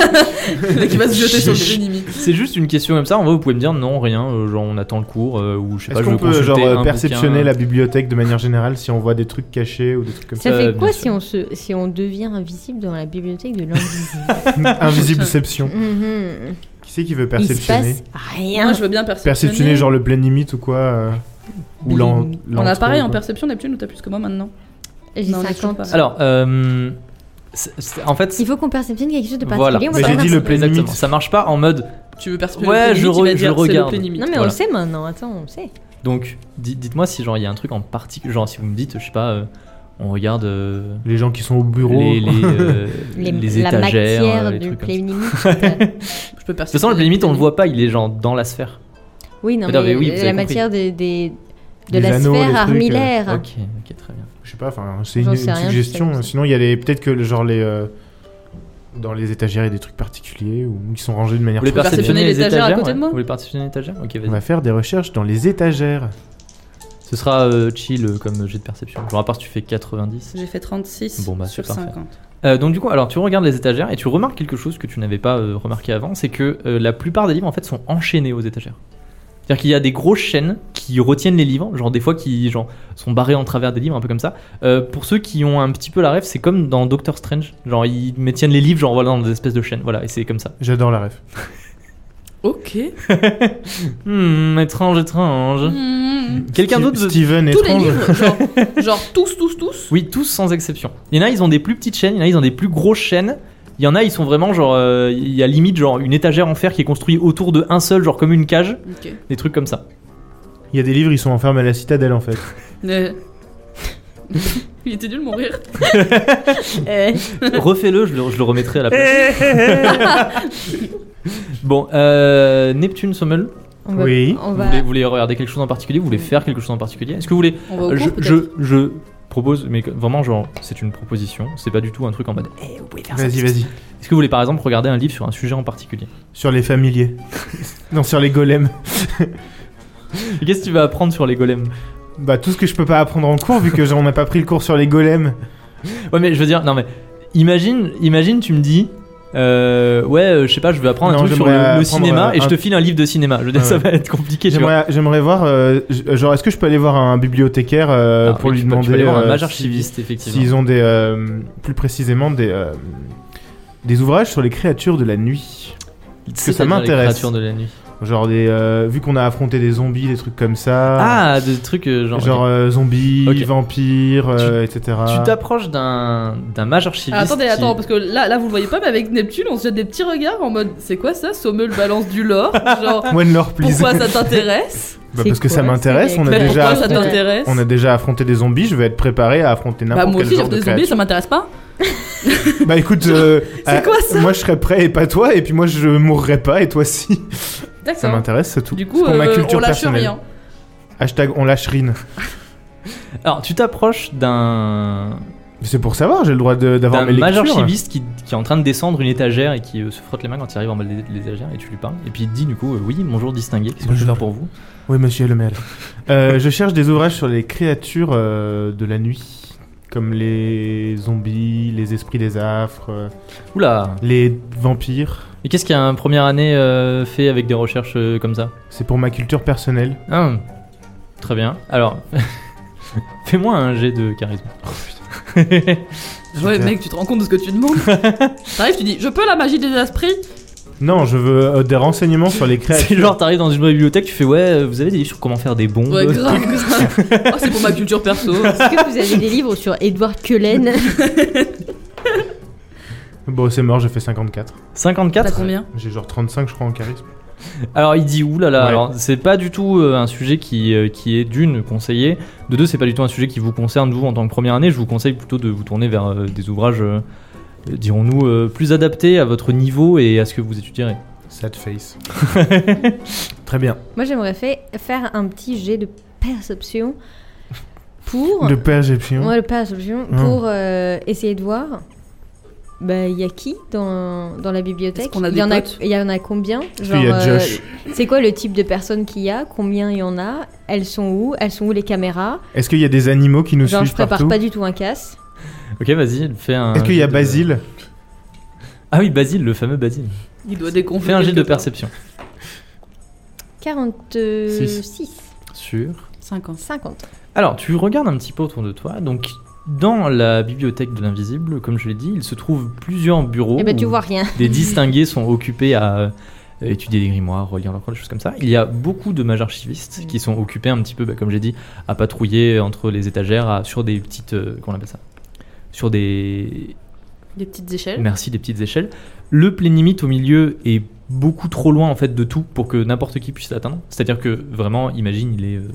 S3: Le mec qui va se jeter sur le ennemi.
S1: C'est juste une question comme ça. En vrai, vous pouvez me dire non, rien. euh, genre on attend le cours euh, ou je sais
S2: Est-ce
S1: pas. je
S2: qu'on
S1: veux
S2: peut
S1: consulter
S2: genre
S1: un
S2: euh, perceptionner
S1: bouquin.
S2: la bibliothèque de manière générale si on voit des trucs cachés ou des trucs comme ça
S4: Ça
S1: Euh,
S4: fait
S1: bien
S4: quoi
S1: sûr.
S4: si on, se, si on devient invisible dans la bibliothèque de l'invisible
S2: Invisibleception.
S4: Mhm.
S2: Qui c'est qui veut
S4: Il se
S2: perceptionner
S4: passe
S3: Moi
S4: rien.
S3: je veux bien perceptionner.
S2: Perceptionner genre le plein limite ou quoi euh, Ou l'en.
S3: On a
S2: l'entro,
S3: pareil en
S2: quoi.
S3: perception, Neptune, ou t'as plus que moi maintenant
S4: J'ai
S3: Non, on est
S4: 50.
S3: toujours pas.
S1: Alors, euh, c'est- c'est- en fait,
S4: Il faut qu'on perceptionne quelque chose de
S1: Voilà.
S4: particulier. on
S1: Mais
S4: va
S1: j'ai
S4: pas
S2: dit le
S4: perceptionner.
S2: plein
S1: exactement,
S2: limite.
S1: ça marche pas en mode.
S3: Tu veux perceptionner
S1: Ouais,
S3: le
S1: je
S3: plein limite,
S1: re-
S3: il va
S1: je
S3: dire, c'est
S1: regarde.
S3: le plein limite.
S4: Non, mais on
S1: Voilà.
S4: le sait maintenant. Attends, on le sait.
S1: Donc, di- dites-moi si genre il y a un truc en particulier. Genre si vous me dites, je sais pas, euh, on regarde. euh,
S2: Les gens qui sont au bureau.
S1: les, les, euh,
S4: Les-
S1: les
S4: la
S1: étagères,
S4: matière euh,
S1: euh, les
S4: du
S1: trucs comme
S4: plein
S1: ça.
S4: limite.
S3: Je peux
S1: De toute façon,
S3: perceptionner.
S1: le limite, on le voit pas, il est genre dans la sphère.
S4: oui, non,
S1: Attends, mais
S4: mais euh,
S1: oui, vous avez
S4: la matière des, des- de
S2: Les
S4: la
S2: anneaux, les
S4: sphère
S2: trucs, euh,
S4: armillaire.
S1: Ok, ok, très bien.
S2: Je sais pas, enfin, c'est une,
S4: J'en
S2: une
S4: sais rien, je sais
S2: suggestion.
S4: pas.
S2: Sinon, il y a les peut-être que le- genre les euh, dans les étagères, il y a des trucs particuliers ou qui sont rangés de manière.
S1: Vous voulez
S3: peux
S1: perceptionner
S3: perceptionner
S1: les
S3: l'étagère à
S1: étagères
S3: côté de
S1: ouais
S3: moi
S1: Vous voulez perceptionner l'étagère Ok,
S2: On
S1: vas-y.
S2: va faire des recherches dans les étagères.
S1: Ce sera euh, chill euh, comme jet de perception. Genre, à part si tu fais 90.
S3: J'ai fait 36
S1: Bon, bah,
S3: sur
S1: c'est parfait.
S3: 50.
S1: Euh, donc, du coup, alors tu regardes les étagères et tu remarques quelque chose que tu n'avais pas euh, remarqué avant c'est que euh, la plupart des livres en fait sont enchaînés aux étagères. C'est-à-dire qu'il y a des grosses chaînes qui retiennent les livres, genre des fois qui genre, sont barrés en travers des livres, un peu comme ça. Euh, pour ceux qui ont un petit peu la rêve, c'est comme dans Doctor Strange. Genre, ils maintiennent les livres genre, voilà, dans des espèces de chaînes. Voilà, et c'est comme ça.
S2: J'adore la ref.
S3: Ok.
S1: Hmm, étrange, étrange.
S3: Mmh.
S1: Quelqu'un
S2: Steve-
S1: d'autre veut-
S2: Steven
S3: Tous les
S2: Hein étrange.
S3: livres, genre, genre tous, tous, tous.
S1: Oui, tous sans exception. Il y en a, ils ont des plus petites chaînes, il y en a, ils ont des plus grosses chaînes. Il y en a, ils sont vraiment genre. euh, Il y a limite genre une étagère en fer qui est construite autour de un seul, genre comme une cage,
S3: Ok.
S1: des trucs comme ça.
S2: Il y a des livres, ils sont enfermés à la citadelle en fait.
S3: Mais- Il était nul mon rire.
S4: Euh,
S1: Refais-le, je, le- je le remettrai à la place. bon, euh, Neptune, Sommel,
S4: on va-
S2: Oui.
S4: On
S1: vous,
S4: va.
S1: voulez, vous voulez regarder quelque chose en particulier Vous voulez faire quelque chose en particulier Est-ce que vous voulez.
S3: On va au cours,
S1: je,
S3: peut-être.
S1: je, je propose, mais que- vraiment, genre, c'est une proposition, c'est pas du tout un truc en mode. Eh, vous pouvez faire ça.
S2: Vas-y, vas-y.
S1: Est-ce que vous voulez par exemple regarder un livre sur un sujet en particulier
S2: Sur les familiers. non, sur les golems.
S1: Et Qu'est-ce que tu vas apprendre sur les golems
S2: Bah, tout ce que je peux pas apprendre en cours, vu que j'en- on n'a pas pris le cours sur les golems.
S1: Ouais, mais je veux dire, non, mais imagine, imagine tu me dis. euh, ouais, euh, je sais pas, je veux apprendre
S2: Non,
S1: un truc sur le,
S2: j'aimerais
S1: le
S2: apprendre euh,
S1: cinéma
S2: un-
S1: et je te file un livre de cinéma. Je veux dire,
S2: Ouais.
S1: ça va être compliqué. tu vois.
S2: J'aimerais, j'aimerais voir, euh, j- genre, est-ce que je peux aller voir un bibliothécaire euh,
S1: Ah,
S2: pour
S1: oui,
S2: lui
S1: tu peux-
S2: demander
S1: Tu peux aller voir un
S2: euh,
S1: mage
S2: si-
S1: archiviste, effectivement.
S2: s'ils ont des, euh, plus précisément des, euh, des ouvrages sur les créatures de la nuit.
S1: C'est-à-dire
S2: ça
S1: les
S2: m'intéresse.
S1: créatures de la nuit.
S2: Genre des, euh, vu qu'on a affronté des zombies, des trucs comme ça.
S1: Ah, des trucs euh, genre.
S2: genre euh, zombies,
S1: Ok.
S2: vampires, euh, etc.
S1: Tu t'approches d'un d'un mage archiviste.
S3: Ah, attendez,
S1: qui-
S3: attends, parce que là, là, vous le voyez pas, mais avec Neptune, on se jette des petits regards en mode c'est quoi ça Sommel balance du lore Genre,
S2: One lore, please.
S3: pourquoi ça t'intéresse
S2: Bah,
S4: C'est
S2: parce que
S4: quoi,
S2: ça
S4: ce
S2: m'intéresse.
S4: mec
S2: On a
S3: Mais
S2: déjà,
S3: Pourquoi ça
S4: affronté-
S3: t'intéresse
S2: on a déjà affronté des zombies. Je vais être préparé à affronter
S3: Bah,
S2: n'importe
S3: moi
S2: quel
S3: aussi, j'ai
S2: genre de
S3: des zombies,
S2: créature.
S3: ça m'intéresse pas.
S2: Bah écoute, euh,
S3: C'est
S2: euh,
S3: quoi ça
S2: moi je serais prêt et pas toi, et puis moi je mourrais pas et toi si. Ça
S3: D'accord.
S2: m'intéresse, c'est tout.
S3: Du coup,
S2: C'est pour ma
S3: euh,
S2: culture
S3: on lâche
S2: personnelle.
S3: rien.
S2: Hashtag on lâche rine.
S1: Alors, tu t'approches d'un
S2: C'est pour savoir, j'ai le droit de- d'avoir
S1: d'un
S2: mes
S1: mage
S2: lectures.
S1: archiviste qui, qui est en train de descendre une étagère et qui euh, se frotte les mains quand il arrive en bas des des étagères et tu lui parles. Et puis il te dit du coup, euh, oui, bonjour distingué, qu'est-ce que je peux faire pour vous
S2: Oui, monsieur le maire. Euh, je cherche des ouvrages sur les créatures euh, de la nuit, comme les zombies, les esprits des affres, euh,
S1: Oula
S2: les vampires.
S1: Et qu'est-ce qu'un première année euh, fait avec des recherches euh, comme ça
S2: C'est pour ma culture personnelle.
S1: Ah, Très bien. Alors, fais-moi un jet de charisme.
S2: Oh,
S3: Ouais,
S2: Super.
S3: mec, tu te rends compte de ce que tu demandes T'arrives, tu dis je peux la magie des esprits
S2: Non, je veux euh, des renseignements sur les
S1: C'est
S2: créatures.
S1: genre, t'arrives dans une bibliothèque, tu fais ouais, euh, vous avez des livres sur comment faire des bombes
S3: Ouais, grave, grave. Oh, c'est pour ma culture perso.
S4: Est-ce que vous avez des livres sur Edward Cullen
S2: Bon, c'est mort, j'ai fait 54.
S3: T'as
S1: 54
S3: combien
S2: J'ai genre 35, je crois, en charisme.
S1: Alors il dit oulala, là là,
S2: Ouais.
S1: alors c'est pas du tout euh, un sujet qui, euh, qui est d'une conseillé, de deux c'est pas du tout un sujet qui vous concerne vous en tant que première année, je vous conseille plutôt de vous tourner vers euh, des ouvrages, euh, euh, dirons-nous, euh, plus adaptés à votre niveau et à ce que vous étudierez.
S2: Sad face. Très bien.
S4: Moi, j'aimerais fait- faire un petit jet de perception pour.
S2: De perception.
S4: Moi, le perception
S2: Hmm.
S4: pour euh, essayer de voir. Bah, il y a qui dans, dans la bibliothèque
S3: Est-ce qu'on a
S4: Il
S3: des
S4: y en a,
S3: potes
S4: il y en a combien
S2: Puis il y a
S4: euh,
S2: Josh.
S4: c'est quoi le type de personnes qu'il y a Combien il y en a Elles sont où Elles sont où les caméras
S2: Est-ce qu'il y a des animaux qui nous
S4: Genre, je
S2: suivent
S4: prépare
S2: partout
S4: pas du tout un casse.
S1: Ok vas-y, fais un...
S2: Est-ce qu'il y a
S1: jet de- euh,
S2: Basile
S1: Ah oui Basile, le fameux Basile.
S3: Il doit déconfiner.
S1: Fais un jet de
S3: quelque part.
S1: perception.
S4: 46,
S1: Sûr.
S3: 50.
S4: 50.
S1: Alors, tu regardes un petit peu autour de toi. Donc, dans la bibliothèque de l'invisible, comme je l'ai dit, il se trouve plusieurs bureaux.
S4: Eh ben, tu
S1: où
S4: vois rien.
S1: Des distingués sont occupés à euh, étudier des grimoires, relire leurs des choses comme ça. Il y a beaucoup de mages archivistes
S4: Mm.
S1: qui sont occupés un petit peu, bah, comme j'ai dit, à patrouiller entre les étagères, à- sur des petites. euh, comment on appelle ça Sur des.
S3: Des petites échelles.
S1: Merci, des petites échelles. Le plénimite au milieu est beaucoup trop loin en fait de tout pour que n'importe qui puisse l'atteindre. C'est-à-dire que vraiment, imagine, il est euh,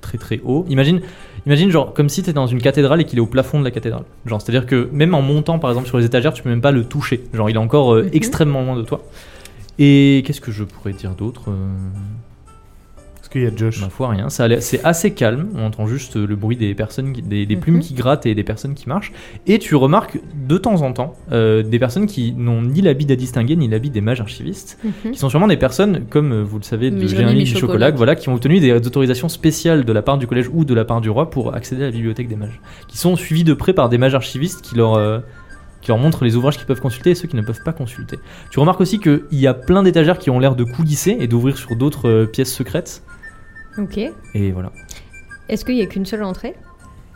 S1: très très haut. Imagine, imagine genre comme si t'étais dans une cathédrale et qu'il est au plafond de la cathédrale. Genre, c'est-à-dire que même en montant par exemple sur les étagères, tu peux même pas le toucher. Genre, il est encore euh,
S4: Mhm.
S1: extrêmement loin de toi. Et qu'est-ce que je pourrais dire d'autre Euh,
S2: Est-ce qu'il y a Josh
S1: Ma foi, rien. Ça a l'air- C'est assez calme. On entend juste le bruit des personnes, qui- des, des plumes
S4: Mhm.
S1: qui grattent et des personnes qui marchent. Et tu remarques de temps en temps euh, des personnes qui n'ont ni l'habit à distinguer ni l'habit des mages archivistes,
S4: Mhm.
S1: qui sont sûrement des personnes, comme euh, vous le savez, de
S3: Jérémy
S1: Jérémy du
S3: Michocolac.
S1: Chocolat, voilà, qui ont obtenu des autorisations spéciales de la part du collège ou de la part du roi pour accéder à la bibliothèque des mages, qui sont suivis de près par des mages archivistes qui leur euh, qui leur montrent les ouvrages qu'ils peuvent consulter et ceux qu'ils ne peuvent pas consulter. Tu remarques aussi qu'il y a plein d'étagères qui ont l'air de coulisser et d'ouvrir sur d'autres euh, pièces secrètes.
S4: Ok.
S1: Et voilà.
S4: Est-ce qu'il y a qu'une seule entrée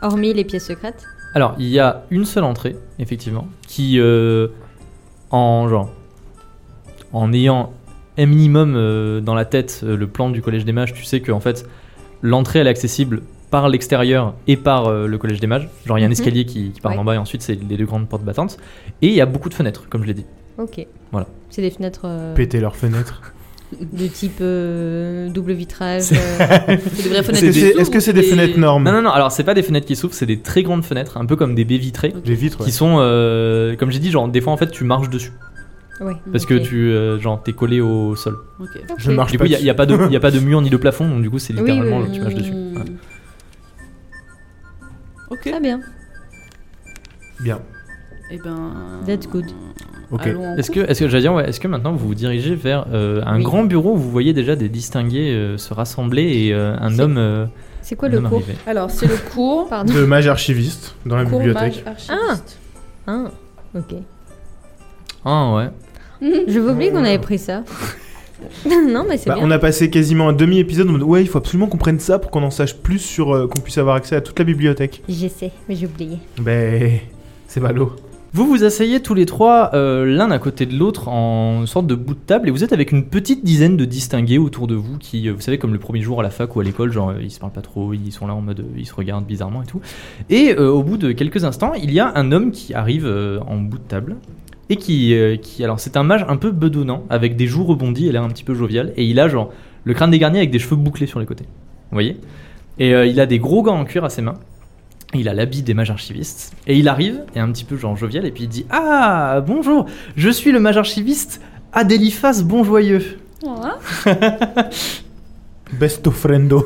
S4: Hormis les pièces secrètes
S1: Alors, il y a une seule entrée, effectivement, qui, euh, en genre, en ayant un minimum euh, dans la tête euh, le plan du Collège des Mages, tu sais que en fait, l'entrée elle est accessible par l'extérieur et par euh, le Collège des Mages. Genre, il y a un
S4: Mhm.
S1: escalier qui, qui part
S4: Ouais.
S1: en bas et ensuite c'est les deux grandes portes battantes. Et il y a beaucoup de fenêtres, comme je l'ai dit.
S4: Ok.
S1: Voilà.
S4: C'est des fenêtres euh,
S2: Péter leurs fenêtres.
S4: de type euh, double vitrage.
S3: C'est
S4: euh,
S3: des vraies
S2: Est-ce
S3: fenêtres.
S2: que
S3: qui
S2: c'est
S3: s'ouvrent
S2: est-ce que c'est des
S3: ou
S2: fenêtres
S4: Mhm.
S2: normes
S1: Non, non, non. Alors, c'est pas des fenêtres qui s'ouvrent, c'est des très grandes fenêtres, un peu comme des baies vitrées,
S2: Les vitres, ouais.
S1: qui sont, euh, comme j'ai dit, genre des fois en fait tu marches dessus
S4: euh, ouais.
S1: parce que
S4: Ok.
S1: tu, euh, genre, t'es collé au sol.
S3: Ok.
S4: Ok.
S2: Je marche
S1: Du
S2: pas
S1: coup, il
S2: dessus.
S1: n'y a, pas de- y a pas de mur ni de plafond, donc du coup, c'est
S4: Oui,
S1: littéralement
S4: oui,
S1: genre, tu marches dessus.
S3: Hmm.
S1: Ouais.
S3: Ok.
S4: Très bien.
S2: Bien.
S3: Et ben.
S4: That's good.
S2: Ok.
S3: Allons en
S1: Est-ce que, est-ce que j'allais dire, ouais, est-ce que maintenant vous vous dirigez vers euh, un
S4: Oui.
S1: grand bureau où vous voyez déjà des distingués euh, se rassembler et euh, un
S4: C'est-
S1: homme, euh,
S4: C'est quoi
S1: un
S4: le
S1: homme
S4: cours
S1: arrivé.
S3: Alors, c'est le cours.
S4: Pardon.
S2: De mage archiviste dans la
S3: cours
S2: bibliothèque.
S3: mage archiviste.
S4: Ah, ok.
S1: Ah ouais.
S4: Je vous oublie qu'on avait pris ça. non, mais c'est
S2: Bah,
S4: bien.
S2: on a passé quasiment un demi-épisode en mode ouais, il faut absolument qu'on prenne ça pour qu'on en sache plus sur. euh, qu'on puisse avoir accès à toute la bibliothèque.
S4: J'essaie, mais j'ai oublié.
S2: Ben. C'est ballot.
S1: Vous vous asseyez tous les trois euh, l'un à côté de l'autre en sorte de bout de table et vous êtes avec une petite dizaine de distingués autour de vous qui, euh, vous savez, comme le premier jour à la fac ou à l'école, genre euh, ils se parlent pas trop, ils sont là en mode euh, ils se regardent bizarrement et tout. Et euh, au bout de quelques instants, il y a un homme qui arrive euh, en bout de table et qui, euh, qui alors c'est un mage un peu bedonnant avec des joues rebondies et l'air un petit peu jovial et il a genre le crâne dégarni avec des cheveux bouclés sur les côtés. Vous voyez Et euh, il a des gros gants en cuir à ses mains. Il a l'habit des mages archivistes. Et il arrive, et un petit peu genre jovial, et puis il dit Ah, bonjour, je suis le mage archiviste Adéliphas Bonjoyeux.
S3: Voilà.
S2: Best of friendo.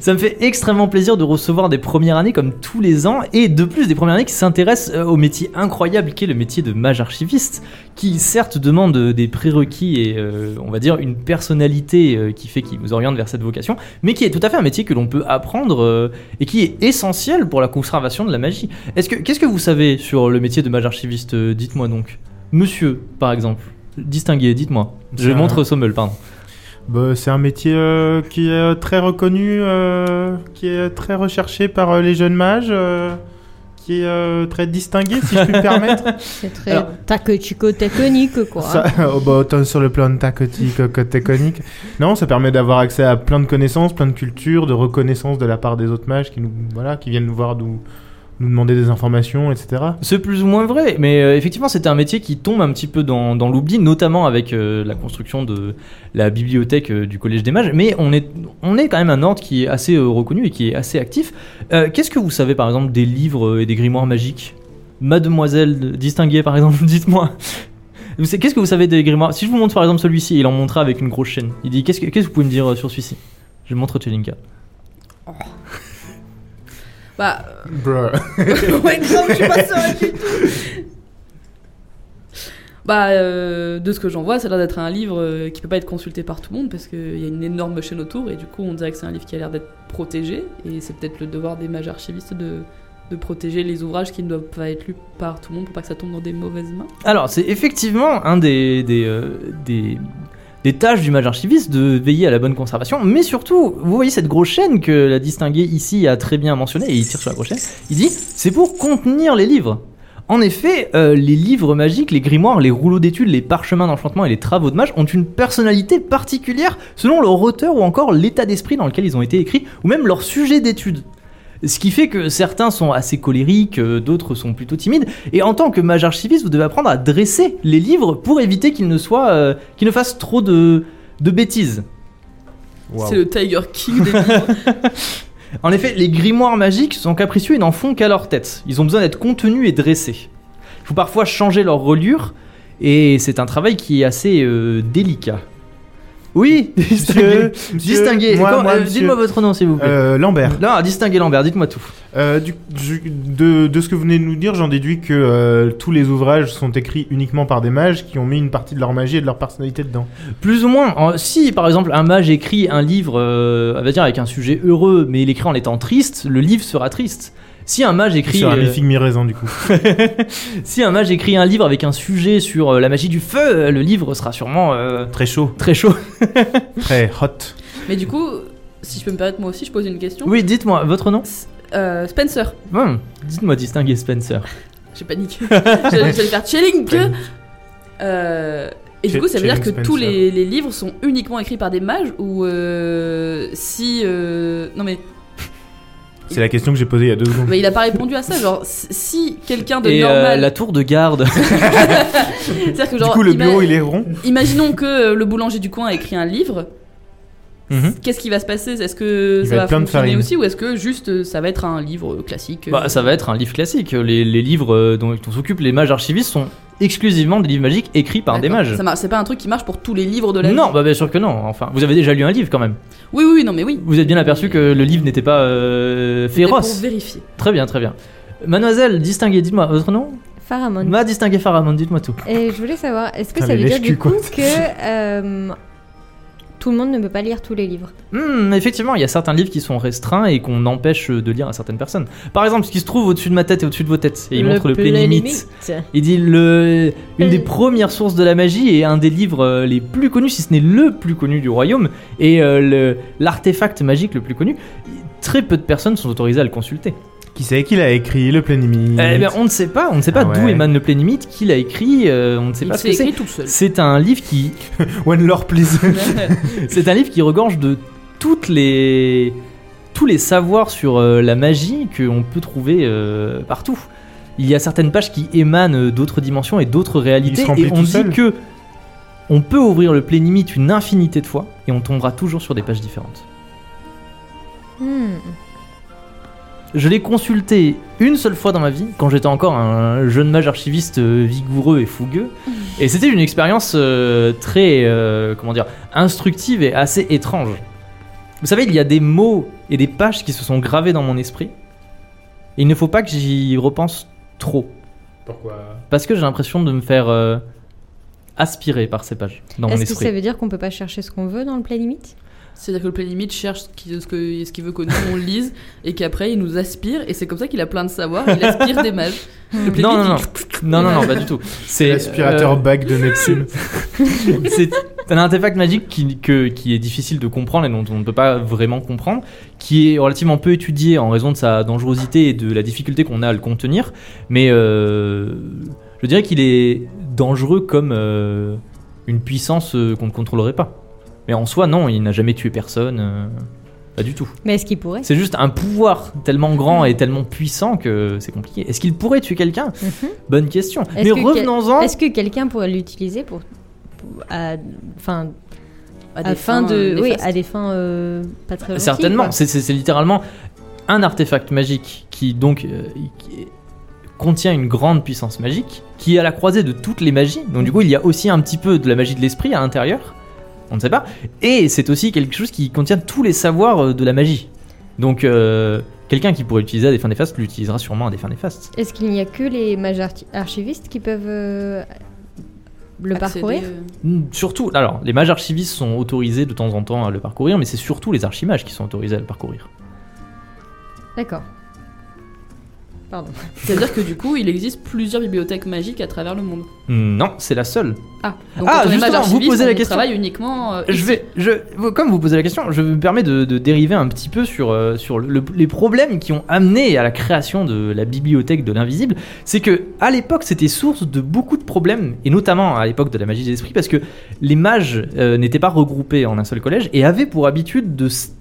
S1: Ça me fait extrêmement plaisir de recevoir des premières années comme tous les ans, et de plus des premières années qui s'intéressent euh, au métier incroyable qu'est le métier de mage archiviste, qui certes demande euh, des prérequis et euh, on va dire une personnalité euh, qui fait qu'il vous oriente vers cette vocation, mais qui est tout à fait un métier que l'on peut apprendre euh, et qui est essentiel pour la conservation de la magie. Est-ce que qu'est-ce que vous savez sur le métier de mage archiviste euh, Dites-moi donc, monsieur, par exemple. Distingué, dites-moi. Je
S2: Ça-
S1: montre Sommel, pardon.
S2: Bah, c'est un métier euh, qui est euh, très reconnu, euh, qui est très recherché par euh, les jeunes mages, euh, qui est euh, très distingué, si je puis me permettre.
S4: C'est très
S1: Alors-
S4: taco-chico technique, quoi.
S2: Ça, oh, bah, autant sur le plan tacotique euh, que côté conique. Non, ça permet d'avoir accès à plein de connaissances, plein de cultures, de reconnaissance de la part des autres mages qui, nous, voilà, qui viennent nous voir, nous, nous demander des informations, etc.
S1: C'est plus ou moins vrai, mais euh, effectivement, c'était un métier qui tombe un petit peu dans, dans l'oubli, notamment avec euh, la construction de la bibliothèque euh, du Collège des Mages. Mais on est, on est quand même un ordre qui est assez euh, reconnu et qui est assez actif. Euh, Qu'est-ce que vous savez, par exemple, des livres euh, et des grimoires magiques Mademoiselle de- distinguée, par exemple, dites-moi. Vous savez- Qu'est-ce que vous savez des grimoires Si je vous montre par exemple celui-ci, il en montra avec une grosse chaîne. Il dit Qu'est-ce que, qu'est-ce que vous pouvez me dire euh, sur celui-ci Je montre Chelinka.
S3: Bah, ouais, grave, je suis pas sereine du tout. Bah, euh, de ce que j'en vois, ça a l'air d'être un livre euh, qui peut pas être consulté par tout le monde parce qu'il y a une énorme chaîne autour et du coup, on dirait que c'est un livre qui a l'air d'être protégé et c'est peut-être le devoir des mages archivistes de, de protéger les ouvrages qui ne doivent pas être lus par tout le monde pour pas que ça tombe dans des mauvaises mains.
S1: Alors, c'est effectivement un des, des, euh, des, des tâches du mage archiviste de veiller à la bonne conservation, mais surtout, vous voyez cette grosse chaîne que la distinguée ici a très bien mentionnée, et il tire sur la grosse chaîne, il dit c'est pour contenir les livres. En effet, euh, les livres magiques, les grimoires, les rouleaux d'études, les parchemins d'enchantement et les travaux de mage ont une personnalité particulière selon leur auteur ou encore l'état d'esprit dans lequel ils ont été écrits, ou même leur sujet d'étude. Ce qui fait que certains sont assez colériques, euh, d'autres sont plutôt timides, et en tant que mage archiviste, vous devez apprendre à dresser les livres pour éviter qu'ils ne soient, euh, qu'ils ne fassent trop de, de bêtises.
S3: C'est le Tiger King des livres.
S1: En effet, les grimoires magiques sont capricieux et n'en font qu'à leur tête. Ils ont besoin d'être contenus et dressés. Il faut parfois changer leur reliure, et c'est un travail qui est assez euh, délicat. Oui, distingué.
S2: Monsieur,
S1: Distingué.
S2: moi,
S1: Comment-
S2: moi,
S1: euh,
S2: monsieur.
S1: Dites-moi votre nom, s'il vous plaît.
S2: Euh, Lambert.
S1: Non, distingué Lambert, dites-moi tout.
S2: Euh, du- du- de, de ce que vous venez de nous dire, j'en déduis que euh, tous les ouvrages sont écrits uniquement par des mages qui ont mis une partie de leur magie et de leur personnalité dedans.
S1: Plus ou moins. En- Si par exemple un mage écrit un livre, euh, on va dire avec un sujet heureux, mais il écrit en étant triste, le livre sera triste. Si un mage écrit,
S2: Sur un
S1: euh,
S2: mi-figue, mi-raisin, du coup.
S1: si un mage écrit un livre avec un sujet sur euh, la magie du feu, euh, le livre sera sûrement euh,
S2: Très chaud.
S1: très chaud.
S2: Très hot.
S3: Mais du coup, si je peux me permettre, moi aussi, je pose une question.
S1: Oui, dites-moi votre nom.
S3: Euh, Spencer,
S1: Hmm, dites-moi distingué Spencer.
S3: j'ai paniqué. J'allais j'allais faire Chilling que. Euh, et du
S2: Ch-
S3: coup, ça veut dire que
S2: Chilling
S3: tous
S2: Spencer.
S3: les, les livres sont uniquement écrits par des mages ou euh, si. euh, non mais,
S2: C'est la question que j'ai posée il y a deux secondes.
S3: mais il a pas répondu à ça. Genre, si- si quelqu'un de
S1: Et euh,
S3: normal.
S1: la tour de garde.
S3: C'est-à-dire que,
S2: Du
S3: genre,
S2: coup, le
S3: ima-
S2: bureau, il est rond.
S3: imaginons que euh, le boulanger du coin a écrit un livre.
S1: Mhm.
S3: Qu'est-ce qui va se passer Est-ce que
S2: Il
S3: ça
S2: va
S3: va,
S2: être plein de
S3: fonctionner
S2: farine.
S3: aussi ou est-ce que juste euh, ça va être un livre classique euh,
S1: Bah, ça va être un livre classique. Les, les livres euh, dont on s'occupe, les mages archivistes, sont exclusivement des livres magiques écrits par des
S3: D'accord.
S1: mages.
S3: Ça marche- C'est pas un truc qui marche pour tous les livres de la
S1: Non,
S3: vie.
S1: bah bien sûr que non. Enfin, vous avez déjà lu un livre quand même.
S3: Oui, oui, oui, non, mais oui.
S1: Vous êtes bien aperçu que le livre n'était pas euh,
S3: C'était Pour
S1: féroce.
S3: vérifier.
S1: Très bien, très bien. Mademoiselle, distinguée, dites-moi votre nom
S4: Pharamond.
S1: Ma distingué Pharamond, dites-moi tout.
S4: Et je voulais savoir, est-ce que
S2: Putain,
S4: ça
S2: les
S4: veut dire
S2: lèche-culs,
S4: du
S2: quoi.
S4: coup que euh, tout le monde ne peut pas lire tous les livres
S1: Hmm, effectivement, il y a certains livres qui sont restreints et qu'on empêche de lire à certaines personnes. Par exemple, ce qui se trouve au-dessus de ma tête et au-dessus de vos têtes. Et il montre le plein limite. Il dit le, une des
S4: Euh.
S1: premières sources de la magie et un des livres euh, les plus connus, si ce n'est le plus connu du royaume, et euh, le- l'artefact magique le plus connu. Très peu de personnes sont autorisées à le consulter.
S2: Qui c'est qui l'a écrit Le Plénimi
S1: Eh bien, on ne sait pas, on ne sait pas
S2: Ah
S1: d'où
S2: ouais.
S1: émane le plénimite, qui l'a écrit, euh, on ne sait
S3: Il
S1: pas ce
S3: s'est
S1: que c'est.
S3: écrit tout seul.
S1: C'est un livre qui,
S2: One Lord, please.
S1: c'est un livre qui regorge de toutes les tous les savoirs sur euh, la magie qu'on peut trouver euh, partout. Il y a certaines pages qui émanent euh, d'autres dimensions et d'autres réalités,
S2: remplit
S1: et
S2: tout
S1: on dit
S2: seul.
S1: que on peut ouvrir le plénimite une infinité de fois et on tombera toujours sur des pages différentes.
S4: Hmm.
S1: Je l'ai consulté une seule fois dans ma vie, quand j'étais encore un jeune mage archiviste euh, vigoureux et fougueux. Et c'était une expérience euh, très, euh, comment dire, instructive et assez étrange. Vous savez, il y a des mots et des pages qui se sont gravés dans mon esprit. Et il ne faut pas que j'y repense trop.
S2: Pourquoi
S1: Parce que j'ai l'impression de me faire euh, aspirer par ces pages dans mon
S4: Est-ce que ça
S1: esprit.
S4: veut dire qu'on peut pas chercher ce qu'on veut dans le plein limite
S3: C'est-à-dire que le Plénimite cherche ce qui- ce que- ce qu'il veut que nous on lise et qu'après il nous aspire et c'est comme ça qu'il a plein de savoir, il aspire des mages. Le Plénimite,
S1: Non, non, non.
S3: il-
S1: Non, non, non, pas du tout. C'est
S2: L'aspirateur
S1: euh,
S2: bague de Neptune.
S1: C'est un artefact magique qui, que- qui est difficile de comprendre et dont on ne peut pas vraiment comprendre, qui est relativement peu étudié en raison de sa dangerosité et de la difficulté qu'on a à le contenir. Mais euh, je dirais qu'il est dangereux comme euh, une puissance euh, qu'on ne contrôlerait pas. Mais en soi, non, il n'a jamais tué personne. euh, pas du tout.
S4: Mais est-ce qu'il pourrait
S1: C'est juste un pouvoir tellement grand et tellement puissant que c'est compliqué. Est-ce qu'il pourrait tuer quelqu'un
S4: Mhm.
S1: Bonne question.
S4: Est-ce
S1: Mais
S4: que quel-
S1: revenons-en.
S4: Est-ce que quelqu'un pourrait l'utiliser pour, pour- à, enfin,
S3: à des fins,
S4: afin de,
S3: euh,
S4: oui,
S3: néfastes.
S4: à des fins euh, bah. pas très gentilles,
S1: Certainement,
S4: quoi.
S1: c'est- c'est c'est littéralement un artefact magique qui donc euh, qui contient une grande puissance magique, qui est à la croisée de toutes les magies. Donc du coup, il y a aussi un petit peu de la magie de l'esprit à l'intérieur, on ne sait pas. Et c'est aussi quelque chose qui contient tous les savoirs euh, de la magie. Donc euh, quelqu'un qui pourrait l'utiliser à des fins néfastes l'utilisera sûrement à des fins néfastes.
S4: Est-ce qu'il n'y a que les mages archi- archivistes qui peuvent euh, le
S3: Accéder,
S4: parcourir
S3: euh,
S1: Hmm, Surtout, alors les mages archivistes sont autorisés de temps en temps à le parcourir, mais c'est surtout les archimages qui sont autorisés à le parcourir.
S4: D'accord. Pardon.
S3: C'est-à-dire que du coup, il existe plusieurs bibliothèques magiques à travers le monde.
S1: Hmm, Non, c'est la seule.
S3: Ah, donc
S1: Ah,
S3: quand on est mage
S1: justement, vous
S3: archiviste,
S1: posez la
S3: on
S1: question.
S3: travaille uniquement. euh,
S1: je vais, je, vous- comme vous posez la question, je me permets de, de dériver un petit peu sur, euh, sur le- le- les problèmes qui ont amené à la création de la bibliothèque de l'invisible. C'est que à l'époque, c'était source de beaucoup de problèmes, et notamment à l'époque de la magie des esprits, parce que les mages euh, n'étaient pas regroupés en un seul collège et avaient pour habitude de s-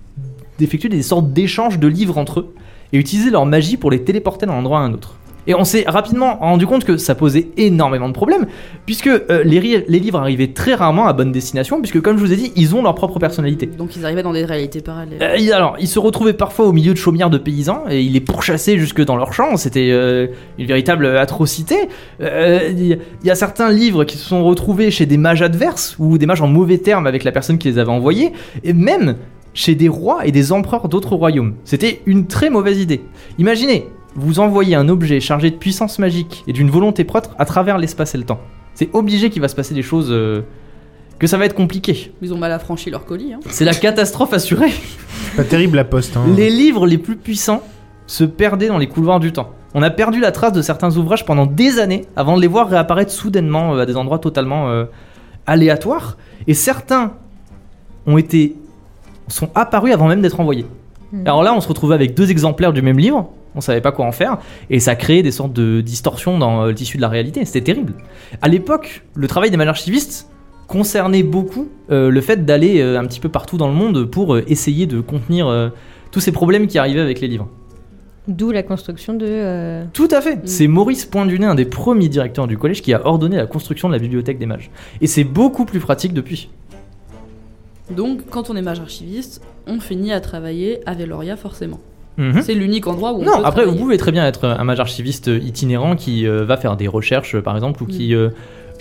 S1: d'effectuer des sortes d'échanges de livres entre eux et utiliser leur magie pour les téléporter d'un endroit à un autre. Et on s'est rapidement rendu compte que ça posait énormément de problèmes, puisque euh, les, ri- les livres arrivaient très rarement à bonne destination, puisque comme je vous ai dit, ils ont leur propre personnalité.
S3: Donc ils arrivaient dans des réalités parallèles.
S1: Euh, ils- alors, ils se retrouvaient parfois au milieu de chaumières de paysans, et ils les pourchassaient jusque dans leurs champs, c'était euh, une véritable atrocité. Euh, Il y, a certains livres qui se sont retrouvés chez des mages adverses, ou des mages en mauvais termes avec la personne qui les avait envoyés, et même chez des rois et des empereurs d'autres royaumes. C'était une très mauvaise idée. Imaginez, vous envoyez un objet chargé de puissance magique et d'une volonté propre à travers l'espace et le temps. C'est obligé qu'il va se passer des choses... euh, que ça va être compliqué.
S3: Ils ont mal affranchi leur colis. Hein.
S1: C'est la catastrophe assurée.
S2: Pas terrible la poste. Hein.
S1: Les livres les plus puissants se perdaient dans les couloirs du temps. On a perdu la trace de certains ouvrages pendant des années avant de les voir réapparaître soudainement euh, à des endroits totalement euh, aléatoires. Et certains ont été sont apparus avant même d'être envoyés.
S4: Hmm.
S1: Alors là, on se retrouvait avec deux exemplaires du même livre. On savait pas quoi en faire et ça créait des sortes de distorsions dans euh, le tissu de la réalité. C'était terrible. À l'époque, le travail des mages archivistes concernait beaucoup euh, le fait d'aller euh, un petit peu partout dans le monde pour euh, essayer de contenir euh, tous ces problèmes qui arrivaient avec les livres.
S4: D'où la construction de. euh,
S1: Tout à fait. C'est Maurice Poindunet, un des premiers directeurs du collège, qui a ordonné la construction de la bibliothèque des mages. Et c'est beaucoup plus pratique depuis.
S3: Donc quand on est mage archiviste, on finit à travailler à Veloria forcément.
S1: Mhm.
S3: C'est l'unique endroit où on
S1: Non,
S3: peut
S1: après, vous
S3: travailler.
S1: pouvez très bien être un mage archiviste itinérant qui euh, va faire des recherches, euh, par exemple, ou qui euh,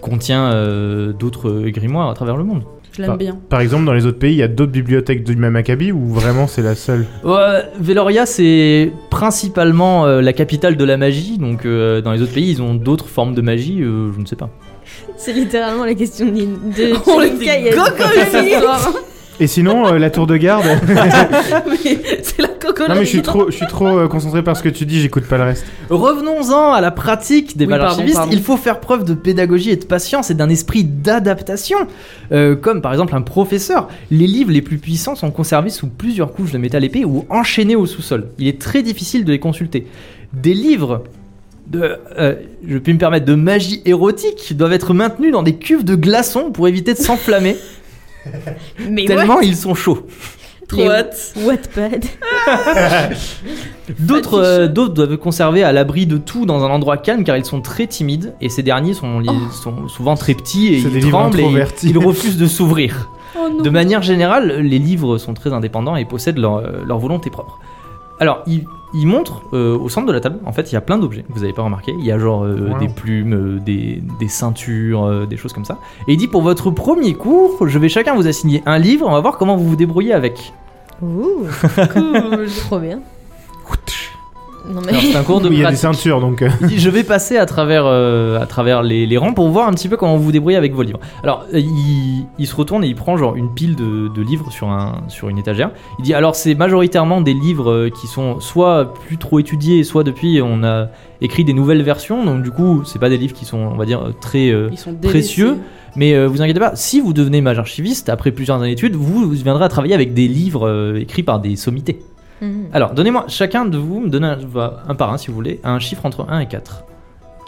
S1: contient euh, d'autres euh, grimoires à travers le monde.
S3: Je l'aime bien.
S2: Par exemple, dans les autres pays, il y a d'autres bibliothèques du même acabit ou vraiment c'est la seule
S1: Ouais, Veloria, c'est principalement euh, la capitale de la magie, donc euh, dans les autres pays, ils ont d'autres formes de magie, euh, je ne sais pas.
S4: C'est littéralement la question de, de
S3: On
S4: Chelinka, il y
S3: était
S4: a-
S1: Ah,
S3: coco ce soir.
S2: Et sinon, euh, la tour de garde.
S3: Ah, Mais C'est la cocotte.
S2: non, mais je suis trop, je suis trop euh, concentré par ce que tu dis, j'écoute pas le reste.
S1: Revenons-en à la pratique des
S3: Oui,
S1: valeurs
S3: pardon,
S1: civistes.
S3: pardon.
S1: Il faut faire preuve de pédagogie et de patience et d'un esprit d'adaptation. Euh, comme par exemple un professeur, les livres les plus puissants sont conservés sous plusieurs couches de métal épais ou enchaînés au sous-sol. Il est très difficile de les consulter. Des livres de, euh, je puis me permettre, de magie érotique doivent être maintenus dans des cuves de glaçons pour éviter de s'enflammer,
S4: Mais
S1: tellement ils sont chauds.
S3: Trop
S4: Les-
S3: hâte.
S4: what- Wattpad.
S1: D'autres
S3: Faticheux.
S1: euh, d'autres doivent conserver à l'abri de tout dans un endroit calme car ils sont très timides et ces derniers sont, li-
S3: Oh.
S1: sont souvent très petits et
S2: C'est des
S1: ils
S2: livres
S1: tremblent et
S2: introvertis.
S1: ils, ils refusent de s'ouvrir.
S3: Oh non.
S1: De manière générale, les livres sont très indépendants et possèdent leur, euh, leur volonté propre. Alors, ils, ils montrent euh, au centre de la table, en fait, il y a plein d'objets, vous avez pas remarqué, il y a genre euh,
S2: Wow.
S1: des plumes, euh, des, des ceintures, euh, des choses comme ça. Et il dit pour votre premier cours, je vais chacun vous assigner un livre, on va voir comment vous vous débrouillez avec.
S4: Ouh,
S3: Cool.
S4: trop bien. Non mais
S1: Alors, c'est un cours de
S2: Oui, il y a des
S1: pratique.
S2: ceintures donc. euh,
S1: Il dit, je vais passer à travers, euh, à travers les, les rangs pour voir un petit peu comment vous vous débrouillez avec vos livres. Alors, euh, il, il se retourne et il prend genre une pile de, de livres sur, un, sur une étagère. Il dit, alors c'est majoritairement des livres euh, qui sont soit plus trop étudiés, soit depuis on a écrit des nouvelles versions. Donc du coup, c'est pas des livres qui sont, on va dire, euh, très... euh,
S3: Ils sont
S1: précieux.
S3: délaissés.
S1: mais euh, vous inquiétez pas, si vous devenez mage archiviste, après plusieurs années d'études, vous, vous viendrez à travailler avec des livres euh, écrits par des sommités.
S4: Mhm.
S1: Alors, donnez-moi, chacun de vous, me donne un, va- un par un si vous voulez, un chiffre entre 1 et 4.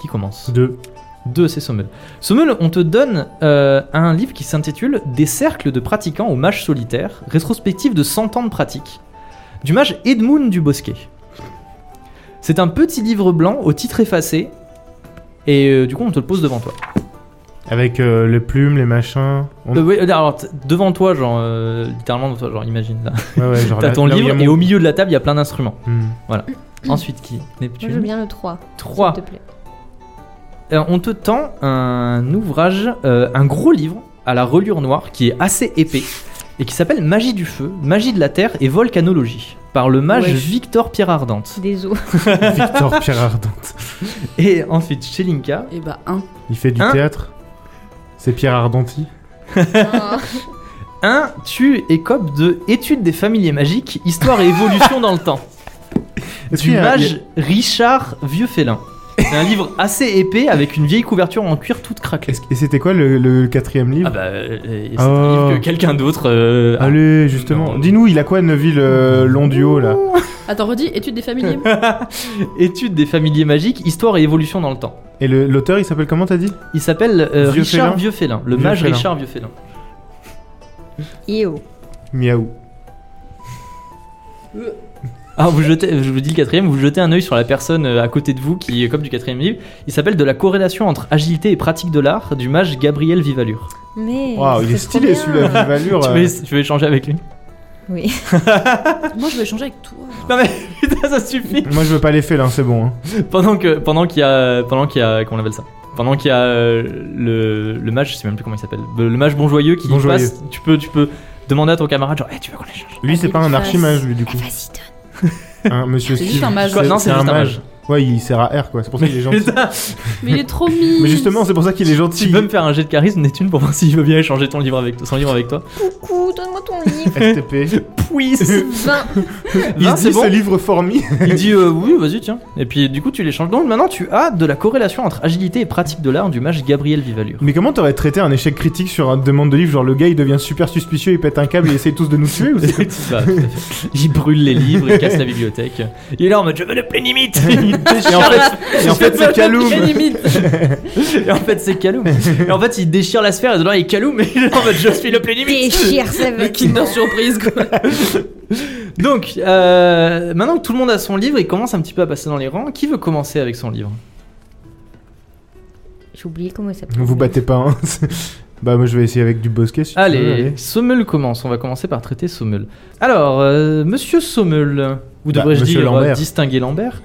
S1: Qui commence
S2: Deux.
S1: 2, c'est Sommel. Sommel, on te donne euh, un livre qui s'intitule Des cercles de pratiquants au mage solitaire, rétrospective de 100 ans de pratique, du mage Edmund du Bosquet. C'est un petit livre blanc au titre effacé, et euh, du coup, on te le pose devant toi.
S2: Avec euh, les plumes, les machins. On-
S1: Euh, oui, euh, alors, t- devant toi, genre, euh, littéralement devant toi, genre, imagine là.
S2: Ouais, ouais, genre
S1: T'as
S2: là-
S1: ton
S2: là où il y a
S1: livre,
S2: mon-
S1: et au milieu de la table, il y a plein d'instruments.
S2: Hmm.
S1: Ensuite, qui
S4: Moi je veux
S1: Neptune
S4: bien le 3.
S1: 3.
S4: S'il te plaît.
S1: Euh, on te tend un ouvrage, euh, un gros livre à la reliure noire qui est assez épais et qui s'appelle Magie du feu, Magie de la terre et volcanologie par le mage
S3: Ouais.
S1: Victor Pierre Ardente.
S4: Des os.
S2: Victor Pierre Ardent.
S1: Et ensuite Chelinka,
S3: Et bah, un.
S2: Il fait du
S1: Hein
S2: théâtre. C'est Pierre Ardenti.
S4: Ah.
S1: un tu écopes de Études des familles magiques, histoire et évolution dans le temps
S2: Est-ce
S1: du
S2: qu'il y a- il y a-
S1: mage Richard Vieux Félin. C'est un livre assez épais avec une vieille couverture en cuir toute craquelée.
S2: est-ce- Et c'était quoi le, le quatrième livre
S1: Ah bah, euh, c'est
S2: Oh.
S1: un livre que quelqu'un d'autre. euh, a-
S2: Allez, justement.
S1: Non.
S2: Dis-nous, il a quoi Neuville euh, Londuo là
S3: Attends, redis, étude des familiers.
S1: Études des familiers magiques, histoire et évolution dans le temps.
S2: Et le- l'auteur, il s'appelle comment t'as dit
S1: Il s'appelle euh,
S2: Vieux
S1: Richard
S2: Félin.
S1: Vieux Félin, le
S2: Vieux
S1: mage
S2: Félin.
S1: Richard Vieux Félin.
S4: Io.
S2: Miaou.
S1: Ah, vous jetez, je vous dis le quatrième, vous jetez un œil sur la personne euh, à côté de vous qui est comme du quatrième livre. Il s'appelle De la corrélation entre agilité et pratique de l'art du mage Gabriel Vivalure.
S4: Mais.
S2: Waouh, il
S4: c'est
S2: est
S4: trop
S2: stylé
S4: bien.
S2: celui-là, Vivalure.
S1: Tu,
S2: euh.
S1: veux, tu veux échanger avec lui
S4: Oui.
S3: Moi, je vais échanger avec toi.
S1: Non mais putain, ça suffit
S2: Moi, je veux pas les félins, c'est bon. hein.
S1: Pendant que pendant qu'il y a pendant qu'il y a comment on appelle ça pendant qu'il y a euh, le, le mage je sais même plus comment il s'appelle le le mage bonjoyeux qui
S2: Bonjoyeux.
S1: passe tu peux tu peux demander à ton camarade genre Eh, tu veux qu'on échange
S2: Lui,
S4: Ah,
S2: c'est pas un archimage, lui, du coup.
S4: Vas-y, donne.
S2: Hein, monsieur
S3: C'est
S2: Steve.
S3: juste un mage.
S1: Quoi, non c'est juste un mage
S2: Ouais, il sert à R, quoi. C'est pour ça qu'il est gentil.
S1: Putain,
S3: Mais il est trop mignon.
S2: Mais justement, c'est pour ça qu'il est
S1: Tu
S2: gentil.
S1: peux me faire un jet de charisme, Neptune, pour voir s'il veut bien échanger ton livre avec, son livre avec toi
S4: Coucou, donne-moi ton livre.
S2: STP.
S1: Oui
S4: Vingt.
S2: Il
S1: Non,
S2: se
S1: c'est
S2: dit
S1: bon.
S2: ce livre fourmi.
S1: Il dit euh, oui, vas-y, tiens. Et puis du coup, tu l'échanges. Donc maintenant, tu as de la corrélation entre agilité et pratique de l'art du mage Gabriel Vivalure.
S2: Mais comment t'aurais traité un échec critique sur une demande de livre Genre, le gars, il devient super suspicieux, il pète un câble et essaye tous de nous tuer ou c'est quoi
S1: Bah, tout à fait. il brûle les livres, il casse la bibliothèque. Il est là en mode je veux le plein limite Il déchire
S2: Et en
S1: la-
S2: fait, et en fait, c'est Kaloum.
S3: Quelle limite.
S1: Et en fait, c'est Kaloum. Et en fait, il déchire la sphère et de là, il est Kaloum. Et il est en mode je suis le plein limite
S4: Déchire ça
S3: Le
S4: va.
S3: Kinder Surprise, quoi.
S1: Donc, euh, maintenant que tout le monde a son livre, il commence un petit peu à passer dans les rangs. Qui veut commencer avec son livre
S4: J'ai oublié comment il s'appelle.
S2: Vous battez pas, hein. C'est- Bah, moi, je vais essayer avec du bosquet si tu veux,
S1: Allez, Sommel commence. On va commencer par traiter Sommel. Alors, euh, monsieur Sommel, Ou
S2: Bah,
S1: devrais-je
S2: Monsieur
S1: dire
S2: Lambert.
S1: euh, distinguer Lambert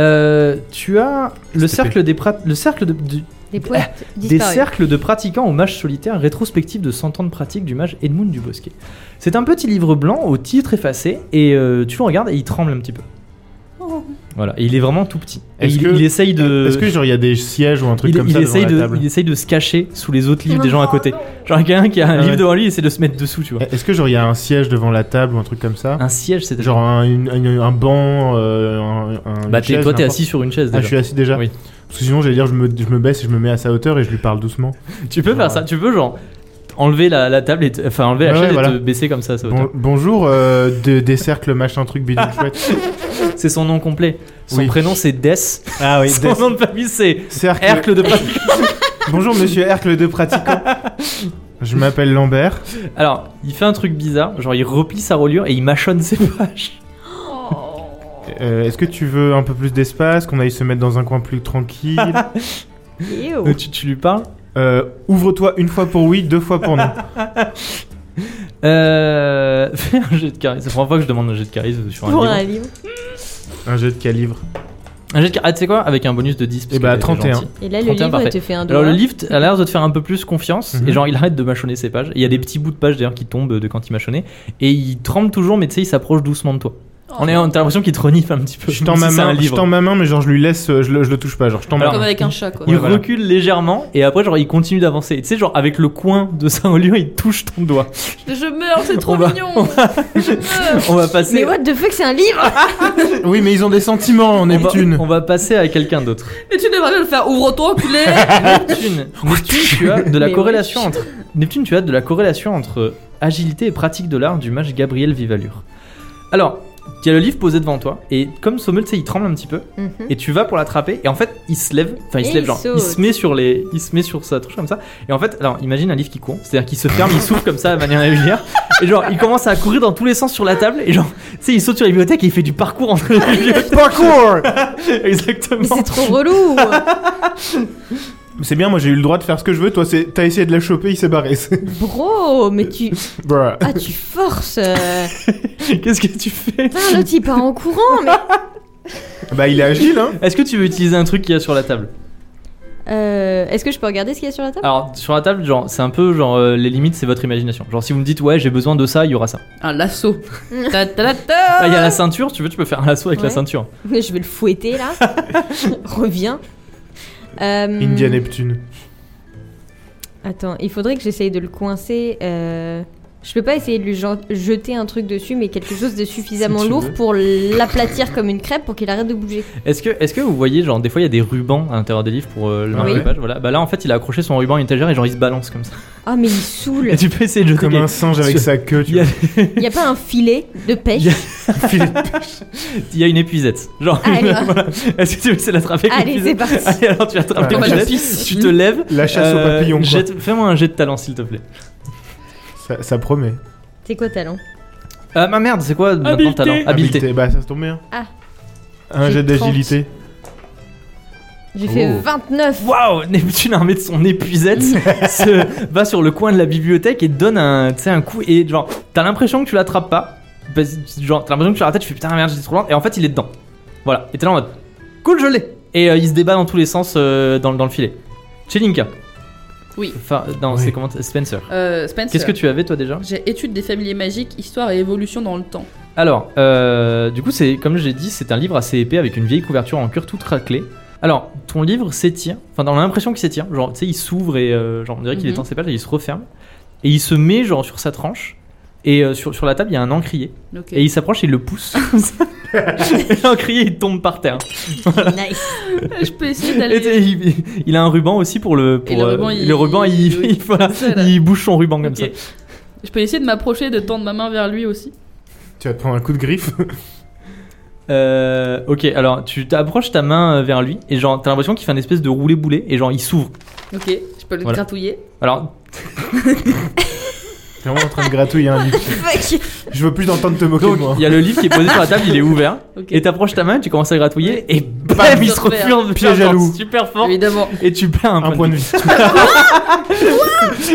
S1: Euh, Tu as le cercle des, prat- le cercle de- du-
S4: Des poètes
S1: Eh, des
S4: disparus.
S1: cercles de pratiquants au mage solitaire rétrospective de 100 ans de pratique du mage Edmund du Bosquet. C'est un petit livre blanc au titre effacé et euh, tu le regardes et il tremble un petit peu.
S4: Oh.
S1: Voilà, et il est vraiment tout petit. Et
S2: Est-ce
S1: il,
S2: que-
S1: il essaye de.
S2: Est-ce que genre il y a des sièges ou un truc
S1: Euh, il,
S2: comme
S1: il
S2: ça devant
S1: essaye
S2: la
S1: de,
S2: table
S1: il essaye de se cacher sous les autres livres des gens à côté. Genre, il y a quelqu'un qui a un
S2: Ah
S1: livre
S2: ouais.
S1: devant lui et essaie de se mettre dessous, tu vois.
S2: Eh, Est-ce que genre il y a un siège devant la table ou un truc comme ça
S1: Un siège, Ah, c'est
S2: Hein Genre un, une- une- un banc, euh, un, un- une
S1: Bah, t'es-
S2: chaise,
S1: toi, t'es
S2: n'importe.
S1: assis sur une chaise
S2: Ah,
S1: déjà.
S2: je suis assis déjà.
S1: Oui.
S2: Parce que sinon, j'allais dire, je me, je me baisse et je me mets à sa hauteur et je lui parle doucement.
S1: Tu peux faire ça, tu peux, genre, enlever la, la table, et te- enfin, enlever la
S2: Ouais,
S1: chaise
S2: ouais, voilà.
S1: et te baisser comme ça à sa hauteur.
S2: Bon- bonjour, euh, de- des cercles, machin, truc, bidule chouette.
S1: C'est son nom complet. Son
S2: Oui.
S1: prénom, c'est Des.
S2: Ah oui,
S1: Son nom de famille, c'est
S2: cercle.
S1: Hercle de pratique.
S2: Bonjour, monsieur Hercle de pratiquant. je m'appelle Lambert.
S1: Alors, il fait un truc bizarre, genre il replie sa reliure et il mâchonne ses pages.
S2: Euh, Est-ce que tu veux un peu plus d'espace, qu'on aille se mettre dans un coin plus tranquille
S4: Yo.
S1: Euh, Tu, tu lui parles
S2: Euh, Ouvre-toi une fois pour oui, deux fois pour non.
S1: Euh. Fais un jet de charisme. C'est la première fois que je demande un jet de charisme sur un
S4: Pour
S1: livre.
S4: un livre.
S2: Un jeu de calibre.
S1: Un jet de charisme, ah, tu sais quoi Avec un bonus de 10. parce
S2: Eh bah,
S1: que t'es
S2: 31.
S1: gentil.
S4: Et là, le
S1: 31,
S4: livre
S1: parfait.
S4: il te fait un doigt.
S1: Alors le lift a l'air de te faire un peu plus confiance
S2: Mhm.
S1: et genre il arrête de mâchonner ses pages. Et Il y a des petits bouts de pages d'ailleurs qui tombent de quand il mâchonnait et il tremble toujours mais tu sais il s'approche doucement de toi. On est, t'as l'impression qu'il te renifle un petit peu.
S2: Je tends, ma
S1: Si c'est un
S2: main, je
S1: livre.
S2: tends ma main, mais genre je lui laisse, euh, je le, je le touche pas. Genre je tends ma
S1: Alors,
S3: Comme
S2: main.
S3: avec un chat, quoi.
S1: Il
S2: Ouais, voilà.
S1: recule légèrement et après genre il continue d'avancer. Et Tu sais genre avec le coin de sa reliure il touche ton doigt.
S3: Je meurs, c'est trop
S1: On va-
S3: mignon. Je meurs.
S1: On va passer.
S4: Mais what the fuck, c'est un
S1: Ah
S4: livre
S2: Oui, mais ils ont des sentiments,
S1: on va,
S2: Neptune.
S1: on va passer à quelqu'un d'autre.
S3: Et tu devrais le faire ouvre-toi, enculé.
S1: Neptune, Neptune, tu as de la
S4: Mais
S1: corrélation entre Neptune, tu as de la corrélation entre agilité et pratique de l'art du mage Gabriel Vivalure. Alors, tu as le livre posé devant toi et comme Sommel, tu sais, il tremble un petit peu
S4: Mhm.
S1: et tu vas pour l'attraper et en fait, il se lève, enfin il se
S4: Et
S1: lève
S4: il
S1: genre,
S4: saute.
S1: il se met sur les, il se met sur sa tronche comme ça et en fait, alors imagine un livre qui court, c'est-à-dire qu'il se ferme, il s'ouvre comme ça de manière régulière et genre il commence à courir dans tous les sens sur la table et genre, tu sais, il saute sur la bibliothèque et il fait du parcours entre les bibliothèques.
S2: Parkour
S1: Exactement.
S4: Mais c'est trop relou
S2: C'est bien, moi j'ai eu le droit de faire ce que je veux. Toi, c'est- t'as essayé de la choper, il s'est barré. C'est-
S4: Bro, mais tu.
S2: Bruh.
S4: Ah, tu forces euh.
S1: Qu'est-ce que tu fais
S4: Putain, l'autre il part en courant, mais.
S2: Bah, il est agile, hein.
S1: Est-ce que tu veux utiliser un truc qu'il y a sur la table
S4: Euh, Est-ce que je peux regarder ce qu'il y a sur la table
S1: Alors sur la table, genre c'est un peu genre euh, les limites, c'est votre imagination. Genre si vous me dites ouais j'ai besoin de ça, il y aura ça.
S3: Un lasso. Ta, ta, ta,
S1: Ah,
S3: ta.
S1: Il y a la ceinture, tu veux, tu peux faire un lasso avec la
S4: Ouais.
S1: ceinture.
S4: Je vais le fouetter là. Reviens. Euh,
S2: India Neptune.
S4: Attends, il faudrait que j'essaye de le coincer. euh, Je peux pas essayer de lui gen- jeter un truc dessus, mais quelque chose de suffisamment
S2: Si tu
S4: lourd
S2: veux.
S4: pour l'aplatir comme une crêpe pour qu'il arrête de bouger.
S1: Est-ce que est-ce que vous voyez genre des fois il y a des rubans à l'intérieur des livres pour euh, le
S2: Ah
S1: marquage
S2: oui.
S1: de page, voilà. Bah là en fait il a accroché son ruban à une étagère et genre il se balance comme ça.
S4: Ah, mais il saoule
S1: Et tu peux essayer de jeter.
S2: Comme
S1: quelque-
S2: un singe avec
S1: Sur-
S2: sa queue, tu
S1: Il y, a,
S4: Il y a pas un filet de pêche
S1: Il y il y a une épuisette. Genre
S4: Allez.
S1: voilà. Est-ce que tu veux essayer de l'attraper avec
S4: Allez, c'est
S1: l'épuisette
S4: parti
S1: Allez alors tu attrapes
S2: Ouais.
S3: Comme à la
S1: l'épuisette,
S3: pisse.
S1: tu te lèves.
S2: La chasse aux
S1: euh,
S2: papillons, quoi.
S1: jette- Fais-moi un jet de talent s'il te plaît.
S2: Ça, ça promet.
S4: C'est quoi talent
S1: Ah ma merde, c'est quoi maintenant
S3: Habileté.
S1: talent Habileté.
S2: Bah, ça se tombe bien.
S4: Ah.
S2: Un jet
S4: J'ai 30.
S2: d'agilité.
S4: J'ai fait
S1: Oh.
S4: 29
S1: Waouh, Neptune armé de son épuisette se va sur le coin de la bibliothèque et donne un, tu sais, un coup et genre t'as l'impression que tu l'attrapes pas, parce- genre t'as l'impression que tu la tête, tu fais putain merde j'étais trop loin et en fait il est dedans. Voilà, et t'es là en mode cool je l'ai et euh, il se débat dans tous les sens euh, dans, le- dans le filet. Chelinka.
S3: Oui.
S1: Enfin, euh, non
S2: Oui.
S1: c'est comment t- Spencer.
S3: Euh, Spencer.
S1: Qu'est-ce que tu avais toi déjà
S3: J'ai étude des familiers magiques, histoire et évolution dans le temps.
S1: Alors, euh, du coup, c'est comme j'ai dit, c'est un livre assez épais avec une vieille couverture en cuir toute raclée. Alors, ton livre s'étire. Enfin, on a l'impression qu'il s'étire. Genre, tu sais, il s'ouvre et euh, genre, on dirait qu'il
S3: Mhm.
S1: étend ses pages et il se referme. Et il se met genre sur sa tranche. Et euh, sur, sur la table, il y a un encrier.
S3: Ok.
S1: Et il s'approche et il le pousse. comme ça. et l'encrier, il tombe par terre.
S4: Nice
S3: Je peux essayer
S1: Et t'es-
S3: d'aller.
S1: il, il a un ruban aussi pour le. Pour,
S3: Et le
S1: euh,
S3: ruban, il-
S1: le ruban, il,
S3: oui,
S1: il- voilà,
S3: c'est ça, là.
S1: il bouge son ruban comme
S3: Ok.
S1: ça.
S3: Je peux essayer de m'approcher et de tendre ma main vers lui aussi.
S2: Tu vas te prendre un coup de griffe.
S1: Euh, ok, alors tu t'approches ta main euh, vers lui. Et genre, t'as l'impression qu'il fait un espèce de roulé-boulé. Et genre, il s'ouvre.
S3: Ok. Je peux le
S1: Voilà.
S3: gratouiller.
S1: Alors,
S2: T'es vraiment en train de gratouiller un livre.
S4: Fuck
S2: Je veux plus d'entendre te moquer de
S1: donc,
S2: moi.
S1: il y a le livre qui est posé sur la table, il est ouvert.
S3: Ok.
S1: Et t'approches ta main, tu commences à gratouiller, et bam Même il se
S3: Super.
S1: refuse en
S2: Piège à
S1: fervent,
S2: loup.
S1: super fort
S3: Évidemment.
S1: et tu perds un,
S2: Un point de vie.
S1: vie.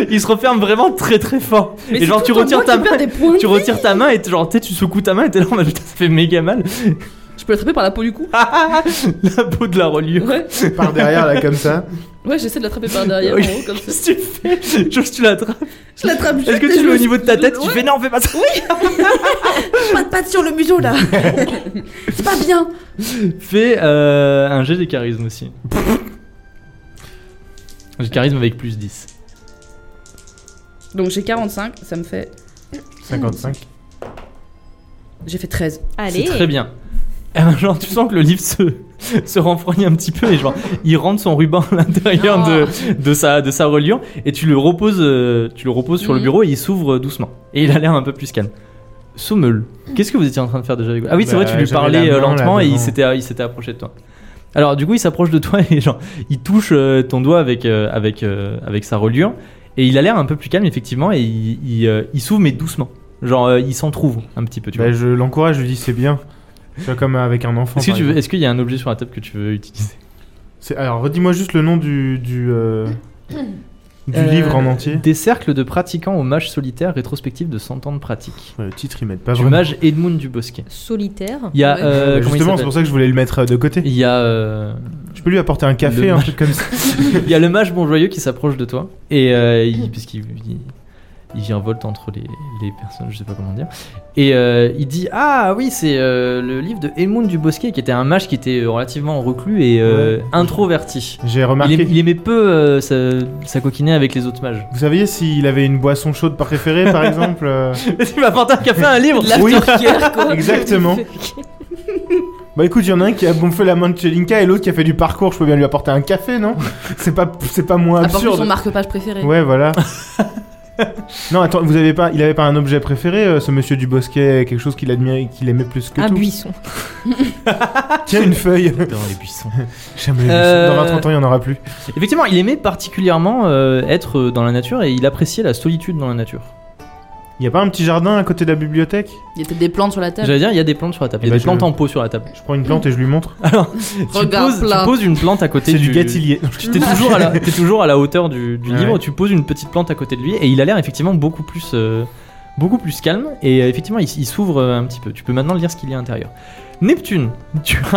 S1: Il se referme vraiment très très fort.
S3: Mais
S1: et
S3: c'est
S1: genre tu
S3: tout en
S1: retires
S3: moi
S1: ta
S3: qui
S1: main,
S3: perds des points.
S1: tu retires ta main et t- genre tu sais, tu secoues ta main et t'es là en mode, putain, ça fait méga mal.
S3: Je peux l'attraper par la peau du cou.
S1: la peau de la reliure.
S3: Ouais,
S2: Par derrière, là, comme ça.
S3: ouais j'essaie de l'attraper par derrière,
S1: Ok.
S3: en haut, comme ça.
S1: Qu'est-ce que tu fais Juste tu l'attrapes.
S3: Je l'attrape juste.
S1: Est-ce que
S3: et
S1: tu
S3: je
S1: le mets au
S3: le-
S1: niveau de ta tête Tu
S3: Ouais.
S1: fais non, fais pas ça.
S3: Pas de patte sur le museau là C'est pas bien
S1: Fais euh, un jet de charisme aussi. J'ai charisme avec plus 10.
S3: Donc j'ai 45, ça me fait.
S2: 55.
S3: J'ai fait 13.
S1: C'est
S4: Allez.
S1: très bien. Eh ben, genre, tu sens que le livre se, se renfrogne un petit peu et genre, il rentre son ruban à l'intérieur de, de, sa, de sa reliure et tu le reposes, euh, tu le reposes sur le
S3: Mhm.
S1: bureau et il s'ouvre euh, doucement. Et il a l'air un peu plus calme. Sommel, qu'est-ce que vous étiez en train de faire déjà avec- Ah oui, c'est
S2: Bah,
S1: vrai, tu lui
S2: j'avais la
S1: parlais euh,
S2: main, là,
S1: lentement et il
S2: devant.
S1: s'était il s'était approché de toi. Alors, du coup, il s'approche de toi et genre, il touche euh, ton doigt avec, euh, avec, euh, avec sa reliure et il a l'air un peu plus calme, effectivement, et il, il, euh, il s'ouvre mais doucement. Genre, euh, il s'entrouvre un petit peu, tu vois.
S2: Bah, je l'encourage, je lui dis c'est bien. Tu vois, comme avec un enfant.
S1: Est-ce que
S2: par
S1: tu veux-
S2: exemple.
S1: est-ce qu'il y a un objet sur la table que tu veux utiliser
S2: C'est- Alors, redis-moi juste le nom du. du, euh, du
S1: Euh,
S2: livre en entier.
S1: Des cercles de pratiquants au mage solitaire rétrospective de 100 ans de pratique.
S2: Ouais, Euh, Le titre, il m'aide pas
S1: du
S2: vraiment.
S1: mage Edmund du Bosquet.
S4: Solitaire.
S1: Il y a.
S3: Ouais.
S1: euh,
S2: Bah,
S1: comment il
S2: Justement, c'est
S1: s'appelle
S2: pour ça que je voulais le mettre euh, de côté.
S1: Il y a. euh,
S2: Je peux lui apporter un café,
S1: Le
S2: un truc comme ça.
S1: il y a le mage bonjoyeux qui s'approche de toi. Et. euh, il- Puisqu'il. Il, il virevolte entre les, les personnes, je sais pas comment dire. Et euh, il dit Ah oui, c'est euh, le livre de Edmund du Bosquet qui était un mage qui était euh, relativement reclus et euh,
S2: Ouais.
S1: introverti.
S2: J'ai
S1: Il,
S2: remarqué.
S1: aim- il aimait peu euh, sa- s'acoquiner avec les autres mages.
S2: Vous saviez s'il avait une boisson chaude préférée, par exemple euh,
S1: tu m'as porté un café, un livre
S2: Oui.
S3: L'aftercare, quoi.
S2: Exactement. Bah écoute, il y en a un qui a bon fait la main de Chelinka et l'autre qui a fait du parcours. Je peux bien lui apporter un café, non C'est pas, c'est pas moins
S3: Apporte
S2: absurde.
S3: son marque-page préféré.
S2: Ouais, voilà. non, attends, vous avez pas, il avait pas un objet préféré, euh, ce monsieur du Bosquet, quelque chose qu'il admirait, qu'il aimait plus que
S4: Un
S2: tout.
S4: buisson.
S2: Tiens, une feuille.
S1: Dans les buissons.
S2: J'aime les
S1: Euh,
S2: buissons. Dans 20-30 ans, il y en aura plus.
S1: Effectivement, il aimait particulièrement euh, être euh, dans la nature et il appréciait la solitude dans la nature.
S2: Il y a pas un petit jardin à côté de la bibliothèque
S3: Il y a peut-être des plantes sur la table.
S1: J'allais dire, il y a des plantes sur la table, il y
S2: Eh
S1: a
S2: ben,
S1: des plantes
S2: je-
S1: en pot sur la table.
S2: Je prends une plante et je lui montre.
S1: Ah, Tu
S3: Regarde,
S1: poses, tu
S3: là.
S1: poses une plante à côté
S2: C'est du gâtillier.
S1: Tu T'es toujours, à la- t'es toujours à la hauteur du, du
S2: Ouais.
S1: livre, tu poses une petite plante à côté de lui et il a l'air effectivement beaucoup plus, euh, beaucoup plus calme et euh, effectivement il, s- il s'ouvre euh, un petit peu. Tu peux maintenant lire ce qu'il y a à l'intérieur. Neptune, tu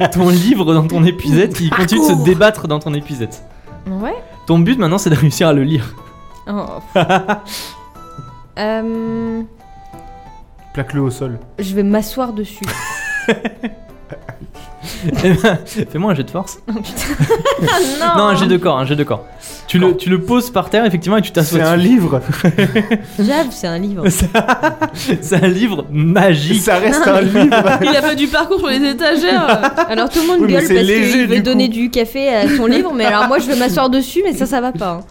S1: as ton livre dans ton épuisette, il continue de se
S3: Parcours.
S1: débattre dans ton épuisette.
S4: Ouais.
S1: Ton but maintenant c'est de réussir à le lire.
S4: Oh. Euh,
S2: Plaque-le au sol.
S4: je vais m'asseoir dessus.
S1: Eh ben, Fais-moi un jet de force.
S3: Ah
S4: non.
S1: Non, un jet de corps, un jet de corps. Tu le, tu le poses par terre, effectivement, et tu
S2: C'est
S1: t'assois.
S2: un
S1: dessus.
S2: livre.
S4: J'avoue, c'est un livre.
S1: C'est un livre magique.
S2: Ça reste un livre.
S3: Il a fait du parcours sur les étagères.
S4: Alors tout le monde
S2: Oui, mais
S4: gueule
S2: c'est
S4: parce
S2: léger,
S4: qu'il
S2: du
S4: veut
S2: coup.
S4: donner du café à son livre, mais alors moi je veux m'asseoir dessus, mais ça, ça va pas. hein.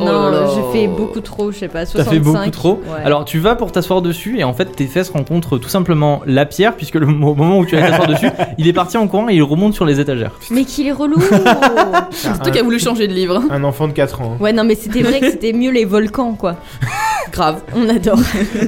S3: Oh
S4: non,
S3: là là.
S4: j'ai fait beaucoup trop, je sais pas, 65.
S1: Ça fait beaucoup trop.
S4: Ouais.
S1: Alors tu vas pour t'asseoir dessus et en fait tes fesses rencontrent tout simplement la pierre puisque le, au moment où tu vas t'asseoir dessus, il est parti en courant et il remonte sur les étagères.
S4: Mais qu'il est relou
S3: C'est toi qui a voulu changer de livre.
S2: Un enfant de 4 ans.
S4: Ouais, non, mais c'était vrai que c'était mieux les volcans, quoi.
S3: Grave.
S4: On adore.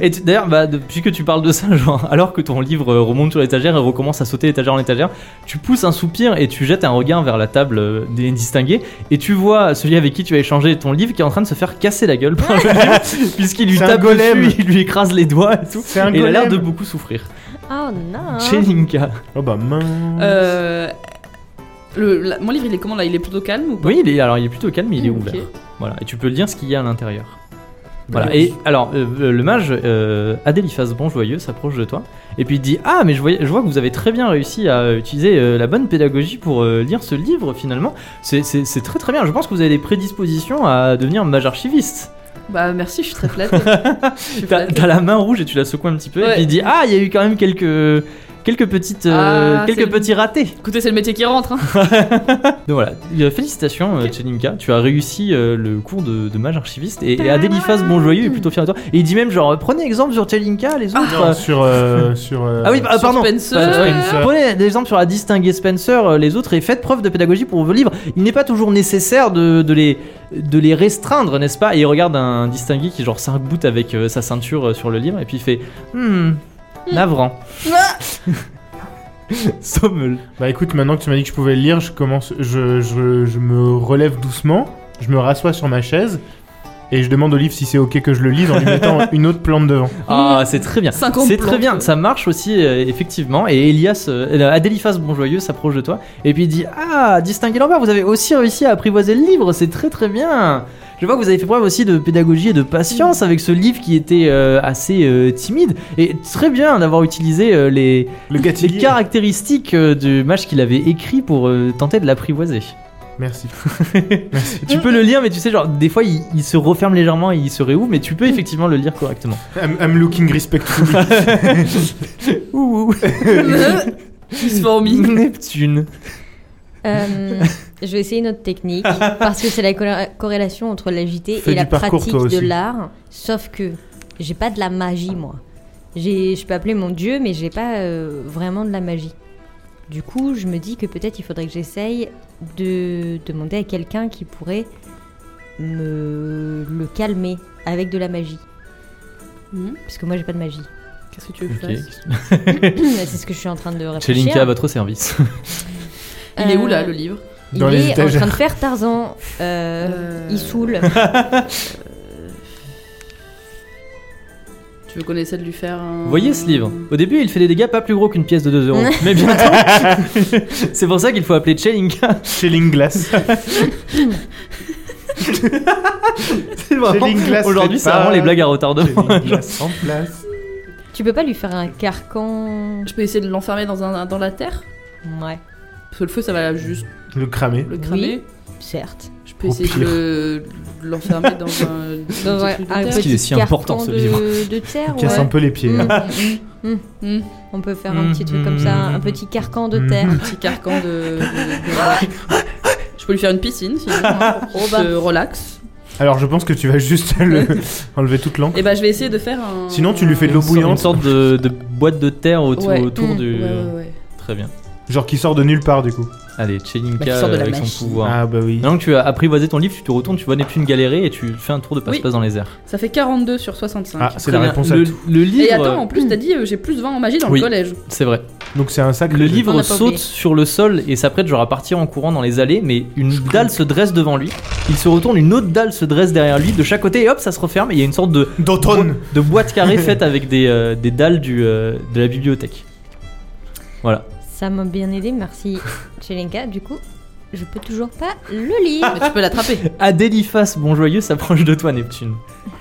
S1: Et tu- d'ailleurs, bah, de- puisque tu parles de ça, genre alors que ton livre euh, remonte sur l'étagère et recommence à sauter d'étagère en étagère, tu pousses un soupir et tu jettes un regard vers la table euh, des indistingués et tu vois celui avec qui tu as échangé ton livre qui est en train de se faire casser la gueule par le livre, puisqu'il lui
S2: C'est un
S1: tape
S2: golem.
S1: dessus, il lui écrase les doigts et tout.
S2: C'est un
S1: Et il a l'air
S2: golem.
S1: de beaucoup souffrir.
S4: Oh non
S1: Chelinka.
S2: Oh bah mince.
S3: Euh, le- la- mon livre, il est comment là Il est plutôt calme ou pas
S1: Oui, il est, alors il est plutôt calme, mais il est
S3: Ok.
S1: ouvert. Voilà, et tu peux lire ce qu'il y a à l'intérieur.
S3: Bah,
S1: Voilà, et alors euh, euh, le mage euh, Adéliphas Bonjoyeux s'approche de toi et puis il dit Ah, mais je, voyais- je vois que vous avez très bien réussi à euh, utiliser euh, la bonne pédagogie pour euh, lire ce livre finalement. C'est- C'est c'est très très bien, je pense que vous avez des prédispositions à devenir mage archiviste.
S3: Bah merci, je suis très flattée. Je suis
S1: T'as
S3: flattée.
S1: t'as la main rouge et tu la secoues un petit peu et
S3: Ouais.
S1: puis il dit Ah, il y a eu quand même quelques, quelques, petites, euh,
S3: Ah, c'est
S1: quelques
S3: le-
S1: petits ratés.
S3: Écoutez, c'est le métier qui rentre. hein.
S1: Donc voilà, Euh, félicitations euh, Tchelinka, tu as réussi euh, le cours de, de mage archiviste et, et Adéliphas Bonjoyeux est plutôt fier de toi. Et il dit même genre prenez exemple sur Tchelinka, les autres. euh,
S2: Non, sur. euh, sur euh,
S1: Ah oui, bah,
S3: Sur
S1: pardon.
S3: Spencer.
S1: Pas- pas-
S2: Spencer.
S1: Prenez des exemples sur la distinguée Spencer, euh, les autres, et faites preuve de pédagogie pour vos livres. Il n'est pas toujours nécessaire de, de les, de les restreindre, n'est-ce pas Et il regarde un distingué qui, genre, s'arc-boute avec euh, sa ceinture euh, sur le livre, et puis il fait Hmm, navrant. Sommel.
S2: Bah écoute, maintenant que tu m'as dit que je pouvais le lire, je commence, je, je- je me relève doucement, je me rassois sur ma chaise et je demande au livre si c'est ok que je le lise en lui mettant une autre plante devant.
S1: Ah, c'est très bien.
S3: 50
S1: C'est très
S3: plantes.
S1: bien, ça marche aussi, euh, effectivement. Et Elias, euh, euh, Adéliphas Bonjoyeux s'approche de toi et puis il dit Ah, distingué Lambert, vous avez aussi réussi à apprivoiser le livre, c'est très très bien. Je vois que vous avez fait preuve aussi de pédagogie et de patience avec ce livre qui était euh, assez euh, timide. Et très bien d'avoir utilisé euh, les,
S2: Le
S1: les
S2: gatilier.
S1: caractéristiques euh, du match qu'il avait écrit pour euh, tenter de l'apprivoiser.
S2: Merci.
S1: Tu peux le lire, mais tu sais, genre, des fois il, il se referme légèrement et il se réouvre, mais tu peux effectivement le lire correctement.
S2: I'm, I'm looking respectfully.
S1: Ouh, ouh.
S3: Il se formine.
S1: Neptune.
S4: Euh, je vais essayer notre technique parce que c'est la corré- corrélation entre l'agité
S2: Fais
S4: et la
S2: du parcours,
S4: pratique
S2: toi
S4: de
S2: aussi.
S4: l'art. Sauf que j'ai pas de la magie moi. J'ai, je peux appeler mon dieu, mais j'ai pas euh, vraiment de la magie. Du coup, je me dis que peut-être il faudrait que j'essaye de demander à quelqu'un qui pourrait me le calmer avec de la magie,
S3: Mhm.
S4: parce que moi j'ai pas de magie.
S3: Qu'est-ce que tu veux que je fasse
S4: c'est ce que je suis en train de réfléchir.
S1: Chelinka à votre service.
S3: Il est où
S4: Euh,
S3: là le livre
S2: Dans
S4: il
S2: les
S4: est en
S2: étagères.
S4: train de faire Tarzan. Euh,
S3: Euh,
S4: Il saoule.
S3: Tu veux qu'on essaie de lui faire un.
S1: Vous voyez ce livre Au début, il fait des dégâts pas plus gros qu'une pièce de 2 euros. Mais bientôt. C'est pour ça qu'il faut appeler Chelinka.
S2: Shelling Glass.
S1: C'est vraiment-
S2: Shelling Glass.
S1: Aujourd'hui, c'est
S2: prépare.
S1: vraiment les blagues à retardement.
S2: Shelling Glass en place.
S4: Tu peux pas lui faire un carcan
S3: Je peux essayer de l'enfermer dans, un, dans la terre
S4: Ouais,
S3: Parce que le feu, ça va juste
S2: Le cramer.
S3: le cramer.
S4: certes.
S3: Je peux
S2: Au
S3: essayer
S2: pire.
S3: de le- de l'enfermer dans un.
S2: Bah
S4: Dans un,
S3: truc de
S4: un
S3: terre.
S1: Est-ce qu'il
S4: petit
S1: est si
S4: carcan
S1: important, ce
S4: de,
S1: livre
S4: de terre,
S2: Casse un
S4: ouais.
S2: peu les pieds.
S4: Mm, mm, mm, mm.
S3: Hmm,
S4: On peut faire un
S2: Mm,
S4: petit truc
S2: mm,
S4: comme ça,
S2: mm,
S4: un
S2: mm.
S4: petit carcan de terre.
S3: un petit carcan de. de- de- Je peux lui faire une piscine, sinon. hein, pour qu'il se relaxe.
S2: Alors je pense que tu vas juste le... enlever toute l'encre.
S3: Et bah, je vais essayer de faire un.
S2: Sinon, tu lui fais de l'eau
S1: Une sorte- Une
S2: bouillante.
S1: sorte de, de boîte de terre autour,
S3: Ouais. Mmh.
S1: autour
S4: Mm.
S1: du.
S3: Ouais, ouais, ouais.
S1: Très bien.
S2: Genre qui sort de nulle part du coup.
S1: Allez, Chelinka
S3: Bah, qui sort de la
S1: avec
S3: machine.
S1: son pouvoir.
S2: Ah bah oui.
S1: Maintenant que tu as apprivoisé ton livre, tu te retournes, tu vois Neptune galérer et tu fais un tour de passe-passe dans les airs.
S3: Ça fait 42 sur 65.
S2: Ah, c'est
S1: Très
S2: la
S1: bien.
S2: réponse à
S1: le,
S2: tout.
S1: le livre.
S3: Et attends, en plus, t'as dit euh, j'ai plus 20 en magie dans
S1: Oui.
S3: le collège.
S1: C'est vrai.
S2: Donc c'est un sac.
S1: Le livre
S4: On n'a pas
S1: saute
S4: oublié.
S1: sur le sol et s'apprête genre à partir en courant dans les allées, mais une dalle se dresse devant lui. Il se retourne, une autre dalle se dresse derrière lui, de chaque côté, et hop, ça se referme. Et il y a une sorte de,
S2: d'automne.
S1: de boîte carrée faite avec des, euh, des dalles du, euh, de la bibliothèque. Voilà.
S4: Ça m'a bien aidé, merci Chelenka. Du coup, je peux toujours pas le lire.
S3: Mais tu peux l'attraper.
S1: Adéliphas, bon joyeux, s'approche de toi, Neptune.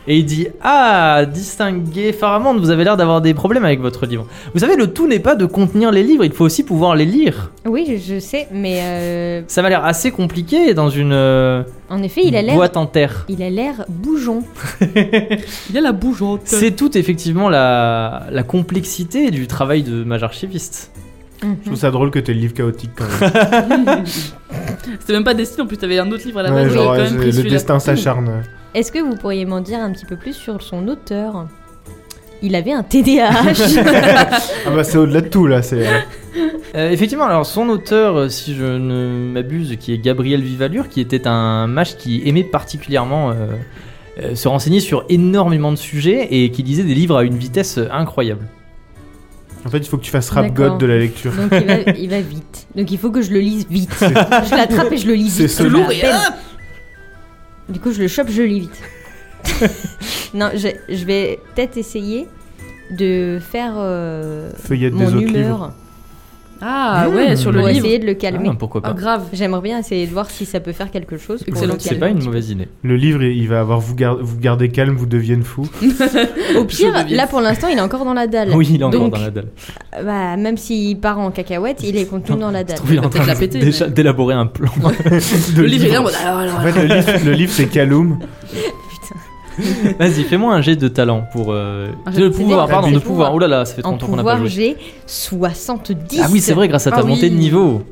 S1: Et il dit Ah, distingué Pharamond, vous avez l'air d'avoir des problèmes avec votre livre. Vous savez, le tout n'est pas de contenir les livres, il faut aussi pouvoir les lire.
S4: Oui, je, je sais, mais euh,
S1: Ça m'a l'air assez compliqué dans une euh,
S4: en effet, il a l'air,
S1: boîte en terre.
S4: il a l'air bougeon.
S3: Il a la bougeante.
S1: C'est tout effectivement la, la complexité du travail de mage archiviste.
S2: Je
S4: Mm-hmm.
S2: trouve ça drôle que t'aies le livre chaotique quand même.
S3: C'était même pas destiné, en plus t'avais un autre livre à la
S2: Ouais,
S3: base, j'avais
S2: genre,
S3: quand
S2: euh,
S3: même pris
S2: le
S3: celui-là.
S2: destin s'acharne.
S4: Est-ce que vous pourriez m'en dire un petit peu plus sur son auteur Il avait un TDAH.
S2: Ah bah c'est au-delà de tout là. C'est euh,
S1: Euh, effectivement, alors son auteur, euh, si je ne m'abuse, qui est Gabriel Vivalure, qui était un mage qui aimait particulièrement euh, euh, se renseigner sur énormément de sujets et qui lisait des livres à une vitesse euh, incroyable.
S2: En fait, il faut que tu fasses rap
S4: D'accord.
S2: god de la lecture.
S4: Donc il va, il va vite. Donc il faut que je le lise vite. je l'attrape et je le lis
S2: C'est
S4: vite.
S2: solide.
S4: Je l'appelle. Du coup, je le chope, je le lis vite. non, je, je vais peut-être essayer de faire euh,
S2: Feuillette des
S4: mon
S2: autres livres.
S4: humeur
S3: Ah ouais, sur le
S4: pour
S3: livre.
S4: essayer de le calmer.
S1: Ah, pourquoi
S3: Ah,
S1: pas
S3: grave.
S4: J'aimerais bien essayer de voir si ça peut faire quelque chose. pour
S3: Excellent.
S4: le
S1: C'est
S4: calmer.
S1: pas une mauvaise idée.
S2: Le livre, il va avoir vous, gar- vous gardez calme, vous deviennent fou.
S4: Au pire,
S3: Je deviens-
S4: là pour l'instant, il est encore dans la dalle.
S1: Oui, il est encore
S3: Ah, Donc-
S1: dans la dalle.
S4: Bah, même s'il part en cacahuète, il est contenu dans la
S1: Je
S4: dalle.
S1: trouve il est en train
S3: peut-être la
S1: de-
S3: péter,
S1: déjà
S3: mais-
S1: d'élaborer un plan.
S2: De
S3: Le livre est là en mode
S4: Ah,
S3: alors, alors,
S2: En fait, le livre, le livre, c'est Kaloum.
S4: Putain.
S1: Vas-y, fais-moi un jet de talent pour. euh,
S3: Un jet
S1: de
S3: de
S1: pouvoir,
S2: CD.
S1: pardon,
S2: Ah,
S1: de
S2: du
S1: pouvoir. Ouh là là, ça fait
S4: En
S1: longtemps qu'on n'a pas
S4: pouvoir,
S1: joué.
S4: j'ai 70.
S1: Ah oui, c'est vrai, grâce à ta
S3: Ah oui.
S1: montée de niveau.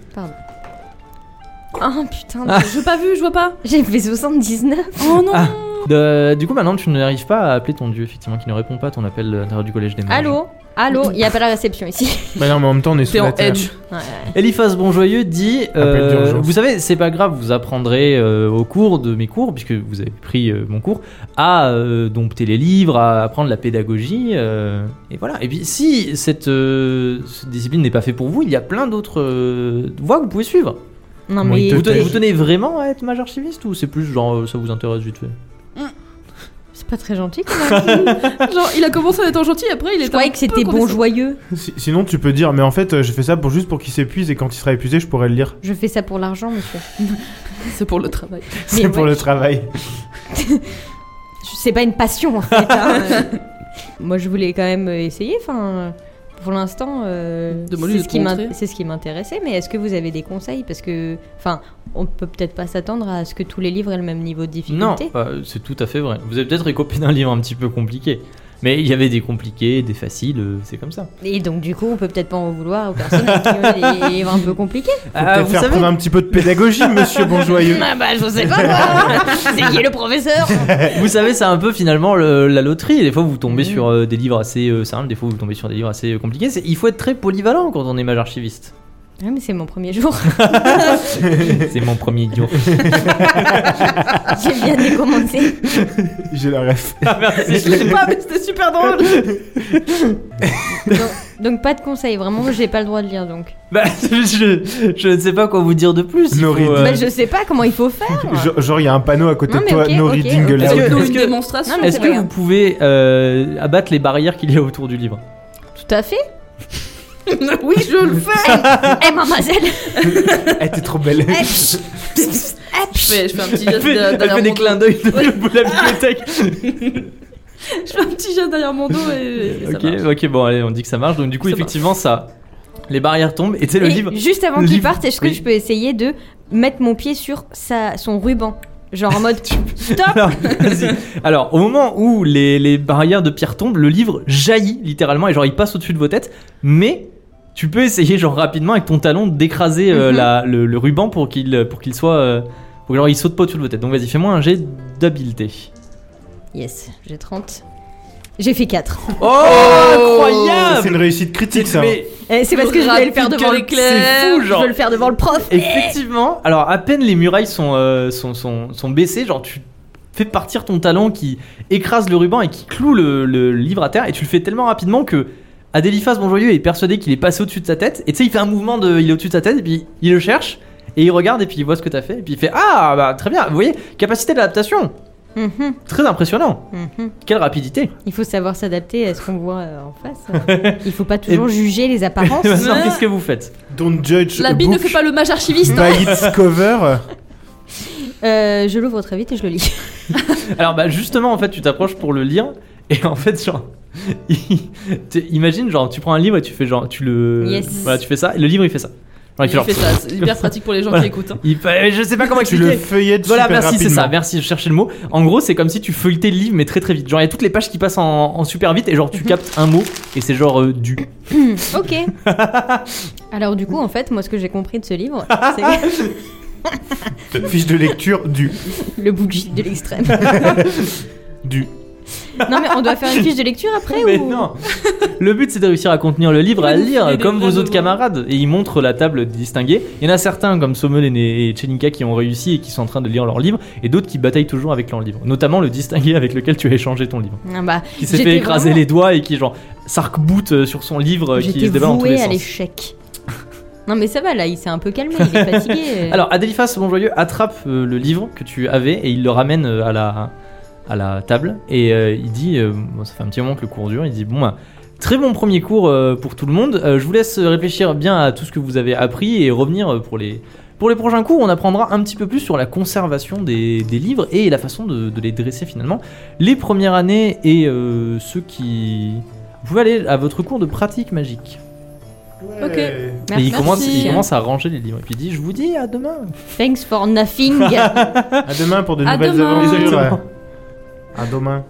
S4: Ah putain,
S1: Ah.
S3: Je veux pas vu, je vois pas.
S4: j'ai fait 79.
S3: Oh non.
S1: Ah. De- du coup, maintenant, tu n'arrives pas à appeler ton dieu, effectivement, qui ne répond pas à ton appel à l'intérieur du collège des mages.
S4: Allô Allô, il n'y a pas la réception ici.
S2: Bah non, mais en même temps, on est sous
S3: T'es
S2: la
S3: en
S2: terre.
S3: edge.
S4: Ouais, ouais.
S1: Eliphas Bonjoyeux dit euh,
S2: Appel d'urgence.
S1: Vous savez, c'est pas grave, vous apprendrez euh, au cours de mes cours, puisque vous avez pris euh, mon cours, à euh, dompter les livres, à apprendre la pédagogie. euh, et voilà. Et puis, si cette, euh, cette discipline n'est pas faite pour vous, il y a plein d'autres euh, voies que vous pouvez suivre.
S4: Non,
S2: Bon,
S4: mais
S2: il te
S1: Vous tenez,
S2: Peut-être.
S1: vous tenez vraiment à être mage archiviste ou c'est plus genre euh, ça vous intéresse vite fait
S4: c'est pas très gentil quand même.
S3: Genre, il a commencé en étant gentil, après il
S4: Je
S3: était.
S4: croyais
S3: un
S4: que
S3: peu
S4: c'était bon
S3: condescendant.
S4: joyeux.
S2: Si- Sinon, tu peux dire, mais en fait, euh, j'ai fait ça pour juste pour qu'il s'épuise et quand il sera épuisé, je pourrai le lire.
S4: Je fais ça pour l'argent, monsieur.
S3: C'est pour le travail.
S4: Mais
S2: C'est pour
S4: ouais.
S2: le travail.
S4: Je- C'est pas une passion en fait. hein. Euh, Moi je voulais quand même essayer. Enfin, pour l'instant, euh,
S3: Demande-lui
S4: c'est
S3: de
S4: ce
S3: te
S4: qui m'in-
S3: montrer.
S4: c'est ce qui m'intéressait. Mais est-ce que vous avez des conseils Parce que, enfin, on peut peut-être pas s'attendre à ce que tous les livres aient le même niveau de
S1: Non,
S4: difficulté.
S1: euh, c'est tout à fait vrai. Vous avez peut-être écopé d'un livre un petit peu compliqué. Mais il y avait des compliqués, des faciles, euh, c'est comme ça.
S4: Et donc du coup, on peut peut-être pas en vouloir aux personnes qui ont des livres un peu compliqués.
S2: Faut
S1: Ah,
S2: peut-être
S1: vous
S2: faire
S1: savez,
S2: preuve un petit peu de pédagogie, monsieur Bonjoyeux.
S4: Ah bah, je sais pas. quoi. c'est qui le professeur
S1: Vous savez, c'est un peu finalement le- la loterie. Des fois, vous tombez
S4: Mhm.
S1: sur euh, des livres assez euh, simples, des fois, vous tombez sur des livres assez euh, compliqués. C'est- Il faut être très polyvalent quand on est mage archiviste.
S4: Ouais, Ah, mais c'est mon premier jour.
S1: c'est mon premier idiot.
S4: J'ai bien décommandé.
S2: J'ai la ref.
S1: Ah, merci.
S3: Je sais pas, mais c'était super drôle.
S4: Donc, donc pas de conseils. Vraiment, j'ai pas le droit de lire. Donc,
S1: Bah, je, je ne sais pas quoi vous dire de plus. Il faut,
S2: Nourrit.
S1: euh,
S4: bah, je sais pas comment il faut faire.
S2: Genre, genre, il y a un panneau à côté
S4: Non,
S2: de
S4: mais
S2: toi,
S4: ok,
S2: no
S4: ok,
S2: reading
S4: ok.
S1: Est-ce
S2: aloud.
S1: que-
S3: Faites-nous
S1: est-ce
S3: une
S1: que-
S3: démonstration.
S4: Non, mais
S1: Est-ce
S4: c'est
S1: que
S4: vrai.
S1: vous pouvez euh, abattre les barrières qu'il y a autour du livre
S4: Tout à fait.
S3: oui, je le fais.
S4: Eh, mademoiselle
S2: Eh, t'es trop belle.
S4: Eh, pfff, pfff, eh,
S3: Je
S4: pfff.
S3: fais, je fais un petit
S1: Elle
S3: geste
S1: fait,
S3: derrière
S1: elle fait des
S3: mon
S1: clins
S3: dos.
S1: d'œil de de la bibliothèque.
S3: Je fais un petit geste derrière mon dos et, et ça
S1: ok,
S3: marche.
S1: ok, bon, allez, on dit que ça marche. Donc, du coup,
S3: Ça
S1: effectivement, ça. Les barrières tombent et tu sais, le
S4: Et
S1: livre.
S4: Juste avant
S1: le
S4: qu'il
S1: livre,
S4: parte, est-ce que
S1: oui.
S4: je peux essayer de mettre mon pied sur sa, son ruban Genre en mode stop
S1: Alors, vas-y. Alors, au moment où les, les barrières de pierre tombent, le livre jaillit littéralement et genre il passe au-dessus de vos têtes. Mais tu peux essayer genre rapidement avec ton talon d'écraser euh,
S4: Mhm.
S1: la- le, le ruban pour qu'il pour qu'il soit euh, pour que, genre il saute pas au-dessus de vos têtes. Donc vas-y, fais-moi un jet d'habileté.
S4: Yes, j'ai 30. J'ai fait 4.
S1: Oh, incroyable
S2: C'est une réussite critique, ça. hein.
S1: Mais
S4: Eh, c'est parce que je voulais le faire devant le
S1: c'est fou,
S4: Je
S1: genre.
S4: veux le faire devant le prof.
S1: Effectivement. Alors, à peine les murailles sont, euh, sont, sont, sont baissées, genre tu fais partir ton talon qui écrase le ruban et qui cloue le, le livre à terre, et tu le fais tellement rapidement que Adéliphas Bonjoyeux est persuadé qu'il est passé au-dessus de sa tête, et tu sais, il fait un mouvement de. Il est au-dessus de sa tête, et puis il le cherche, et il regarde, et puis il voit ce que t'as fait, et puis il fait Ah, bah très bien, vous voyez, capacité d'adaptation,
S4: Mhm,
S1: très impressionnant,
S4: mhm.
S1: quelle rapidité
S4: Il faut savoir s'adapter à ce qu'on voit euh, en face. Il faut pas toujours juger les apparences.
S1: Maintenant,
S3: Ouais.
S1: qu'est-ce que vous faites
S2: Don't judge a
S3: La bille ne
S2: book
S3: fait pas le mage archiviste.
S2: by its cover.
S4: Euh, je l'ouvre très vite et je le lis.
S1: Alors bah justement en fait tu t'approches pour le lire et en fait genre tu- imagine genre tu prends un livre et tu fais genre tu le
S4: Yes.
S1: voilà tu fais ça et le livre il fait ça. Genre, il fait
S3: Il
S1: genre,
S3: fait ça, c'est hyper pratique pour les gens
S1: Voilà.
S3: qui écoutent. hein.
S1: il fait- euh, je sais pas comment
S2: Tu
S1: expliquer.
S2: le feuillettes
S1: voilà
S2: super
S1: merci c'est
S2: rapidement.
S1: ça merci je cherchais le mot. En gros c'est comme si tu feuilletais le livre mais très très vite. Genre il y a toutes les pages qui passent en, en super vite et genre tu captes un mot et c'est genre euh, du.
S4: Ok. Alors du coup, en fait, moi, ce que j'ai compris de ce livre, c'est
S2: Fiche de lecture du.
S4: le bougie de l'extrême.
S2: Du.
S4: Non mais on doit faire une fiche de lecture après
S1: Mais
S4: ou
S1: non Le but c'est de réussir à contenir le livre, à le
S3: Il
S1: lire
S3: est
S1: comme
S3: déjà
S1: vos autres
S3: devant.
S1: camarades. Et ils montrent la table distinguée. Il y en a certains comme Sommel et Cheninka qui ont réussi et qui sont en train de lire leur livre, et d'autres qui bataillent toujours avec leur livre. Notamment le distingué avec lequel tu as échangé ton livre.
S4: Ah bah,
S1: Qui s'est
S4: j'étais
S1: fait écraser
S4: vraiment-
S1: les doigts et qui genre s'arc-boot euh, sur son livre euh, qui
S4: J'étais
S1: se déballe en tous
S4: vouée
S1: les
S4: à
S1: sens.
S4: l'échec. Non mais ça va là, il s'est un peu calmé, il est fatigué.
S1: Alors Adéliphas Bonjoyeux attrape euh, le livre que tu avais et il le ramène euh, à la, à la table et euh, il dit, euh, bon, ça fait un petit moment que le cours dure, il dit bon bah, très bon premier cours euh, pour tout le monde, Euh, je vous laisse réfléchir bien à tout ce que vous avez appris et revenir euh, pour les... Pour les prochains cours, on apprendra un petit peu plus sur la conservation des, des livres et la façon de, de les dresser finalement. Les premières années et euh, ceux qui... Vous pouvez aller à votre cours de pratique magique.
S3: Ouais.
S1: et il
S4: Merci.
S1: commence, il
S4: Merci.
S1: commence à ranger les livres. Et puis il dit, je vous dis à demain.
S4: Thanks for nothing.
S2: À demain pour de
S3: À
S2: nouvelles
S3: demain.
S2: aventures.
S1: Exactement.
S2: À demain.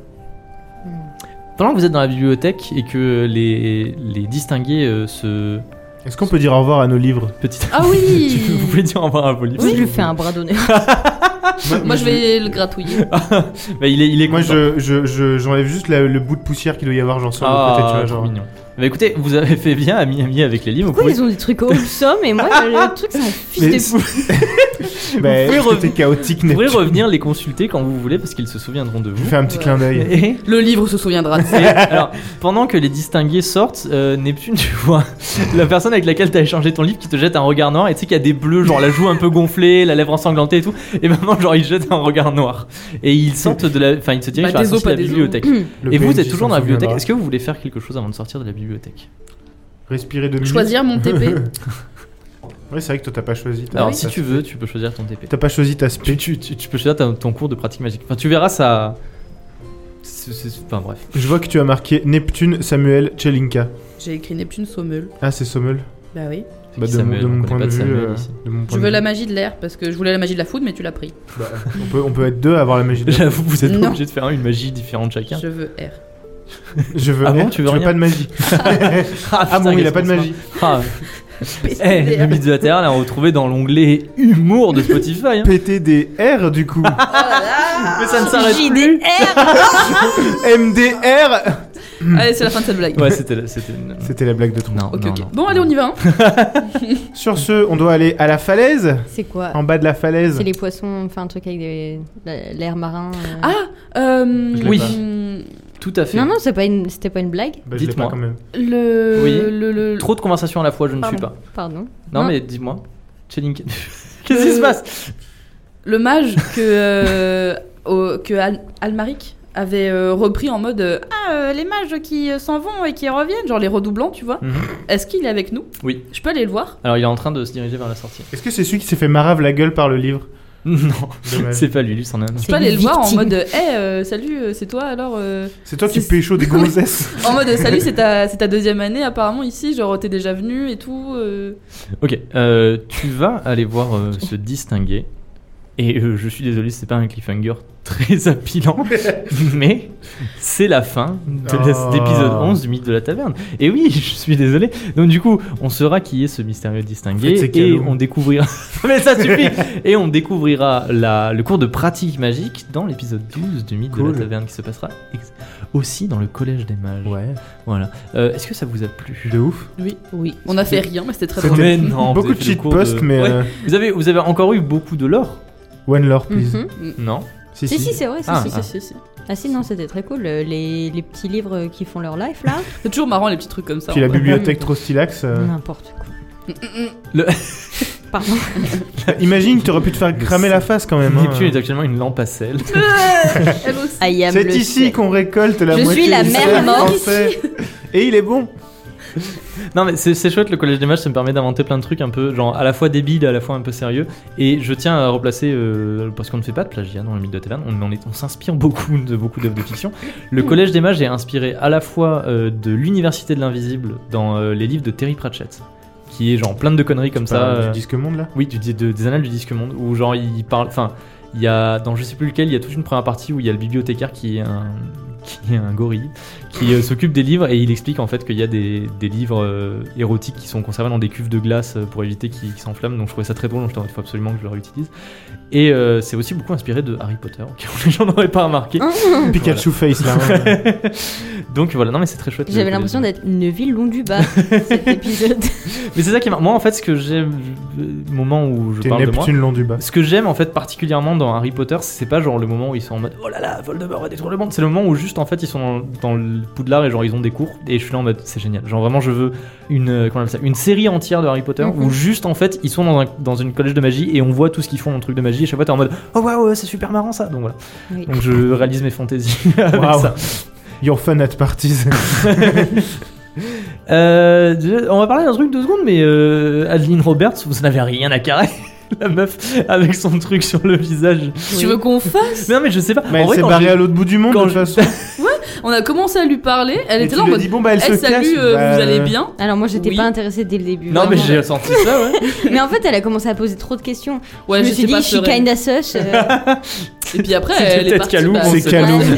S1: Pendant que vous êtes dans la bibliothèque et que les, les distingués euh, se.
S2: Est-ce qu'on peut dire au revoir à nos livres
S1: Petit...
S3: Ah oui
S1: Tu peux- vous pouvez dire au revoir à vos livres.
S4: Je lui fais un bras d'honneur.
S3: Moi je vais le gratouiller.
S1: Bah, il est, il est
S2: Moi,
S1: content.
S2: je, je, je- j'enlève juste la- le bout de poussière qu'il doit y avoir, genre sur le côté,
S1: Ah,
S2: tu vois,
S1: trop
S2: genre.
S1: mignon. Bah écoutez, vous avez fait bien à Miami avec les livres.
S4: Pourquoi
S1: vous
S4: ils ont des trucs wholesome et moi, le truc, c'est un fiche
S2: Mais-
S4: de
S2: Bah,
S1: pouvez
S2: parce que
S1: revenir-
S2: t'es chaotique,
S1: pouvez, vous
S2: Neptune.
S1: pouvez revenir les consulter quand vous voulez parce qu'ils se souviendront de
S2: Je
S1: vous.
S2: fais un petit
S3: Ouais.
S2: clin d'œil.
S1: Et,
S3: Le livre se souviendra de ça.
S1: et- alors, pendant que les distingués sortent, euh, Neptune, tu vois la personne avec laquelle t'as échangé ton livre qui te jette un regard noir et tu sais qu'il y a des bleus, genre la joue un peu gonflée, la lèvre ensanglantée et tout. Et maintenant, genre, ils jettent un regard noir. Et ils sortent de la. Enfin, ils se dirigent
S3: Bah,
S1: vers
S3: des
S1: la
S3: os,
S1: sortie de la
S3: pas des os.
S1: bibliothèque.
S2: Le
S1: Et vous
S2: PNJ
S1: êtes toujours
S2: s'en
S1: dans la bibliothèque.
S2: souviendra.
S1: Est-ce que vous voulez faire quelque chose avant de sortir de la bibliothèque
S2: Respirer deux minutes.
S3: Choisir mon TP.
S2: Ouais, c'est vrai que toi, t'as pas choisi.
S3: Ah
S2: ta-
S1: Alors,
S2: ta-
S3: bah,
S1: si tu veux, tu peux choisir ton TP.
S2: T'as pas choisi ta spé.
S1: Tu, tu- tu- tu peux choisir ta- ton cours de pratique magique. Enfin, tu verras ça. c'est- c'est- Enfin, bref.
S2: Je vois que tu as marqué Neptune, Samuel, Chelinka.
S3: J'ai écrit Neptune Sommel.
S2: Ah, c'est Sommel.
S3: Bah oui.
S1: qui Samuel On connaît pas de Samuel ici.
S2: de mon point
S3: Je
S2: de
S3: veux
S2: vue.
S3: la magie de l'air parce que je voulais la magie de la foudre, mais tu l'as pris.
S2: Bah, on, peut, on peut être deux à avoir la magie de
S1: J'avoue, vous êtes
S3: Non.
S1: obligé de faire une magie différente chacun.
S3: Je veux R.
S2: Je veux,
S1: Ah bon,
S2: Eh,
S1: tu veux rien
S2: pas de magie. Ah bon,
S1: putain,
S2: il a pas de
S1: qu'est-ce qu'on
S2: magie.
S1: se marre. Ah, eh, le mythe de la Terre, l'a retrouvé dans l'onglet humour de Spotify. hein.
S2: PTDR du coup.
S3: Bah,
S1: Mais ça ne s'arrête plus.
S4: JDR
S2: MDR
S3: Allez, c'est la fin de cette blague.
S1: Ouais, c'était. la- c'était une-
S2: C'était la blague de trop.
S1: Non,
S3: Ok,
S1: non,
S3: ok.
S1: non.
S3: Bon, allez, on y va. hein.
S2: Sur ce, on doit aller à la falaise.
S4: C'est quoi
S2: En bas de la falaise.
S4: C'est les poissons, enfin un truc avec des- la- l'air marin. euh.
S3: Ah, euh,
S2: Je l'ai
S1: Oui.
S2: pas.
S3: hum,
S1: Tout à fait.
S4: Non, non, c'est pas une- c'était pas une blague.
S2: Bah, je l'ai
S1: Dites-moi.
S2: pas quand même.
S3: le,
S1: Oui.
S3: le, le-
S1: Trop de conversations à la fois, je ne suis
S4: Pardon.
S1: pas.
S4: Pardon.
S1: Non,
S4: Non.
S1: mais dis-moi. Tchelinka- Qu'est-ce qui se passe
S3: le mage que, euh, au- que Al- Almaric avait euh, repris en mode euh, Ah, euh, les mages qui euh, s'en vont et qui reviennent, genre les redoublants, tu vois.
S1: Mhm.
S3: Est-ce qu'il est avec nous
S1: Oui.
S3: Je peux aller le voir
S1: Alors, il est en train de se diriger vers la sortie.
S2: Est-ce que c'est celui qui s'est fait marave la gueule par le livre
S1: Non,
S2: Dommage.
S1: c'est pas lui, lui, c'en est un autre.
S3: Je peux
S4: C'est
S3: aller
S4: une
S3: le voir en
S4: victime.
S3: mode Hé, salut, euh, c'est toi alors euh,
S2: C'est toi qui
S3: C'est-
S2: pécho des gonzesses.
S3: En mode euh, Salut, c'est ta, c'est ta deuxième année apparemment ici, genre t'es déjà venu et tout. euh.
S1: Ok, euh, tu vas aller voir euh, se distinguer. Et euh, je suis désolé, c'est pas un cliffhanger très appealant, mais c'est la fin de la-
S2: Oh.
S1: l'épisode 11 du mythe de la taverne. Et oui, je suis désolé. Donc du coup, on saura qui est ce mystérieux distingué
S2: En fait, c'est
S1: et
S2: Calum.
S1: on découvrira. mais ça suffit. et on découvrira la, le cours de pratique magique dans l'épisode 12 du mythe de
S2: Cool.
S1: la taverne qui se passera ex- aussi dans le collège des mages.
S2: Ouais.
S1: Voilà. Euh, Est-ce que ça vous a plu
S2: De ouf.
S3: Oui.
S4: Oui.
S3: On a fait rien, mais c'était très
S2: C'était
S3: drôle.
S1: Mais non, vous
S2: Beaucoup
S1: avez
S2: de
S1: fait le
S2: cheat
S1: cours de-
S2: posts, mais
S1: Ouais.
S2: euh,
S1: Vous avez, vous avez encore eu beaucoup de l'or
S2: one lore, please.
S4: Mhm.
S1: Non.
S2: Si,
S4: Si, si, c'est vrai. Si,
S1: Ah,
S4: si, si.
S3: Si, si, si.
S4: Ah si, non, c'était très cool. euh, Les, les petits livres qui font leur life, là.
S3: C'est toujours marrant les petits trucs comme ça.
S2: Puis la
S3: en vrai.
S2: bibliothèque trop stylax. euh,
S4: N'importe quoi.
S1: Le-
S4: Pardon.
S2: Imagine, t'aurais pu te faire cramer la face quand même. hein.
S1: Neptune est actuellement une lampe à sel.
S3: Elle aussi.
S4: I am
S2: C'est
S4: le
S2: ici
S4: sel.
S2: qu'on récolte la
S4: Je
S2: moitié
S4: suis la
S2: du
S4: mère
S2: sel
S4: morte.
S2: français. Et il est bon.
S1: Non mais c'est c'est chouette le collège des mages, ça me permet d'inventer plein de trucs un peu genre à la fois débiles, à la fois un peu sérieux. Et je tiens à replacer euh, parce qu'on ne fait pas de plagiat dans le mythe de la taverne, on, en est- on s'inspire beaucoup de beaucoup d'œuvres de fiction. Le collège des mages est inspiré à la fois euh, de l'université de l'invisible dans euh, les livres de Terry Pratchett, qui est genre plein de conneries comme ça.
S2: Enfin,
S1: euh,
S2: Du disque monde là.
S1: Oui, du, de- des annales du disque monde où genre il parle. Enfin, il y a dans je sais plus lequel, il y a toute une première partie où il y a le bibliothécaire qui est un qui est un gorille qui euh, s'occupe des livres et il explique en fait qu'il y a des, des livres euh, érotiques qui sont conservés dans des cuves de glace euh, pour éviter qu'ils qu'ils s'enflamment. Donc je trouvais ça très drôle. Donc je t'en- il faut absolument que je le réutilise. Et euh, c'est aussi beaucoup inspiré de Harry Potter, que les gens n'auraient pas remarqué.
S2: Pikachu face là. hein.
S1: Donc voilà, non mais c'est très chouette. Euh,
S4: J'avais l'impression d'être une ville long du bas, cet épisode.
S1: Mais c'est ça qui est mar- Moi en fait, ce que j'aime, le moment où je
S2: T'es
S1: parle de moi,
S2: Neptune long du bas.
S1: Ce que j'aime en fait particulièrement dans Harry Potter, c'est pas genre le moment où ils sont en mode oh là là, Voldemort va détruire le monde. C'est le moment où juste en fait ils sont dans, dans le Poudlard et genre ils ont des cours et je suis là en mode c'est génial. Genre vraiment je veux une euh, comment on appelle ça, une série entière de Harry Potter
S4: Mhm.
S1: où juste en fait ils sont dans, un- dans une collège de magie et on voit tout ce qu'ils font en truc de magie et chaque fois t'es en mode oh waouh c'est super marrant ça. Donc voilà.
S4: Oui.
S1: Donc je réalise mes fantaisies avec
S2: Waouh.
S1: ça.
S2: Your fun at parties.
S1: Euh, je- on va parler d'un truc deux secondes mais euh, Adeline Roberts vous n'avez rien à carrer. La meuf avec son truc sur le visage.
S3: Tu veux qu'on fasse
S1: Mais non mais je sais pas. En
S2: Mais Bah, elle
S1: vrai,
S2: s'est
S1: quand
S2: barrée
S1: j'ai-
S2: à l'autre bout du monde de
S1: quand
S2: toute
S1: je-
S2: façon.
S3: On a commencé à lui parler, elle
S2: Et
S3: était
S2: tu
S3: là en
S2: lui as
S3: mode
S2: dit, bon bah elle
S3: Eh,
S2: se casse.
S3: salut, euh,
S2: Bah,
S3: vous allez bien
S4: Alors moi, j'étais
S3: Oui.
S4: pas intéressée dès le début.
S1: Non mais
S4: vraiment.
S1: j'ai ressenti ça ouais.
S4: Mais en fait, elle a commencé à poser trop de questions.
S3: Ouais,
S4: je me
S3: sais
S4: suis dit,
S3: pas,
S4: je suis
S3: sereine.
S4: kinda sush. euh,
S3: Et puis après,
S1: C'était
S3: elle est
S1: peut-être
S3: partie.
S1: Calou,
S3: bah,
S2: C'est
S3: c'est-
S2: Calou.
S4: ouais.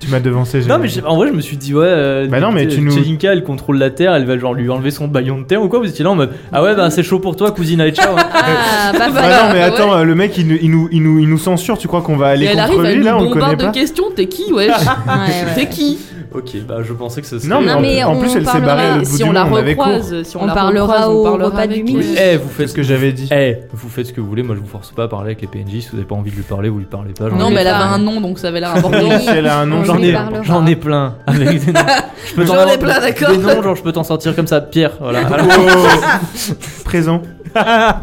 S2: Tu m'as devancé. j'ai-
S1: Non mais j'ai- en vrai je me suis dit ouais. euh,
S2: Bah non, mais
S1: t'sais,
S2: tu nous-
S1: Tchelinka, elle contrôle la terre, elle va genre lui enlever son baillon de terre ou quoi Vous étiez là en mode ah ouais bah c'est chaud pour toi cousine allez ciao. hein.
S4: Ah,
S2: Bah
S4: pas mal.
S3: Voilà,
S2: non mais
S3: ouais.
S2: attends, euh, le mec il nous, il, nous, il, nous, il nous censure, tu crois qu'on va
S3: Et
S2: aller
S3: elle
S2: contre
S3: arrive,
S2: lui
S3: elle
S2: là, on
S3: nous
S2: le connaît
S3: bombarde de
S2: pas
S3: questions. T'es qui, wesh
S4: Ouais, ouais.
S3: T'es qui
S1: Ok, bah je pensais que ce serait.
S2: Non, mais,
S4: Non,
S2: en-
S4: mais
S2: en,
S4: on
S2: plus, elle s'est
S4: parlera-
S2: barrée à l'autre bout
S3: si
S2: du
S3: on la
S2: monde, on avait cours.
S3: recroise, si on,
S4: On
S3: la
S4: parlera
S3: recroise,
S4: au
S3: on parlera
S4: repas
S3: avec
S4: du
S3: elle.
S4: midi.
S1: Eh, vous
S2: C'est
S1: faites
S2: ce que j'avais dit.
S1: Eh, vous faites ce que vous voulez. Moi, je vous force pas à parler avec les PNJ. Si vous n'avez pas envie de lui parler, vous lui parlez pas. j'en
S3: Non,
S1: ai
S3: mais elle
S1: plein.
S2: Ah.
S3: avait un nom, donc ça avait l'air important.
S4: Oui.
S2: Si elle a un nom,
S4: On
S1: J'en
S4: lui
S1: ai,
S4: parlera.
S1: j'en ai plein. Avec des noms. Je peux t'en
S3: J'en ai
S1: avoir-
S3: plein, d'accord.
S1: Des noms, genre, je peux t'en sortir comme ça, Pierre. Voilà.
S2: Oh. Présent.
S1: Bien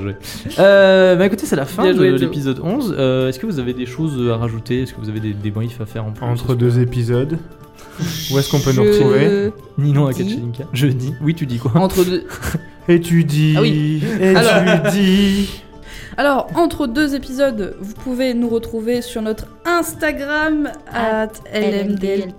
S1: joué. Euh, bah écoutez, c'est la fin
S3: Bien joué,
S1: de
S3: Joe.
S1: l'épisode 11. Euh, Est-ce que vous avez des choses à rajouter Est-ce que vous avez des débriefs à faire en plus
S2: Entre deux épisodes. Où est-ce qu'on peut nous
S4: Je-
S2: retrouver
S1: Ninon à
S4: Dis.
S1: Kachelinka. Jeudi. Oui, tu dis quoi
S3: Entre deux...
S2: Étudie.
S3: Ah oui.
S2: Étudie.
S3: Alors, entre deux épisodes, vous pouvez nous retrouver sur notre Instagram at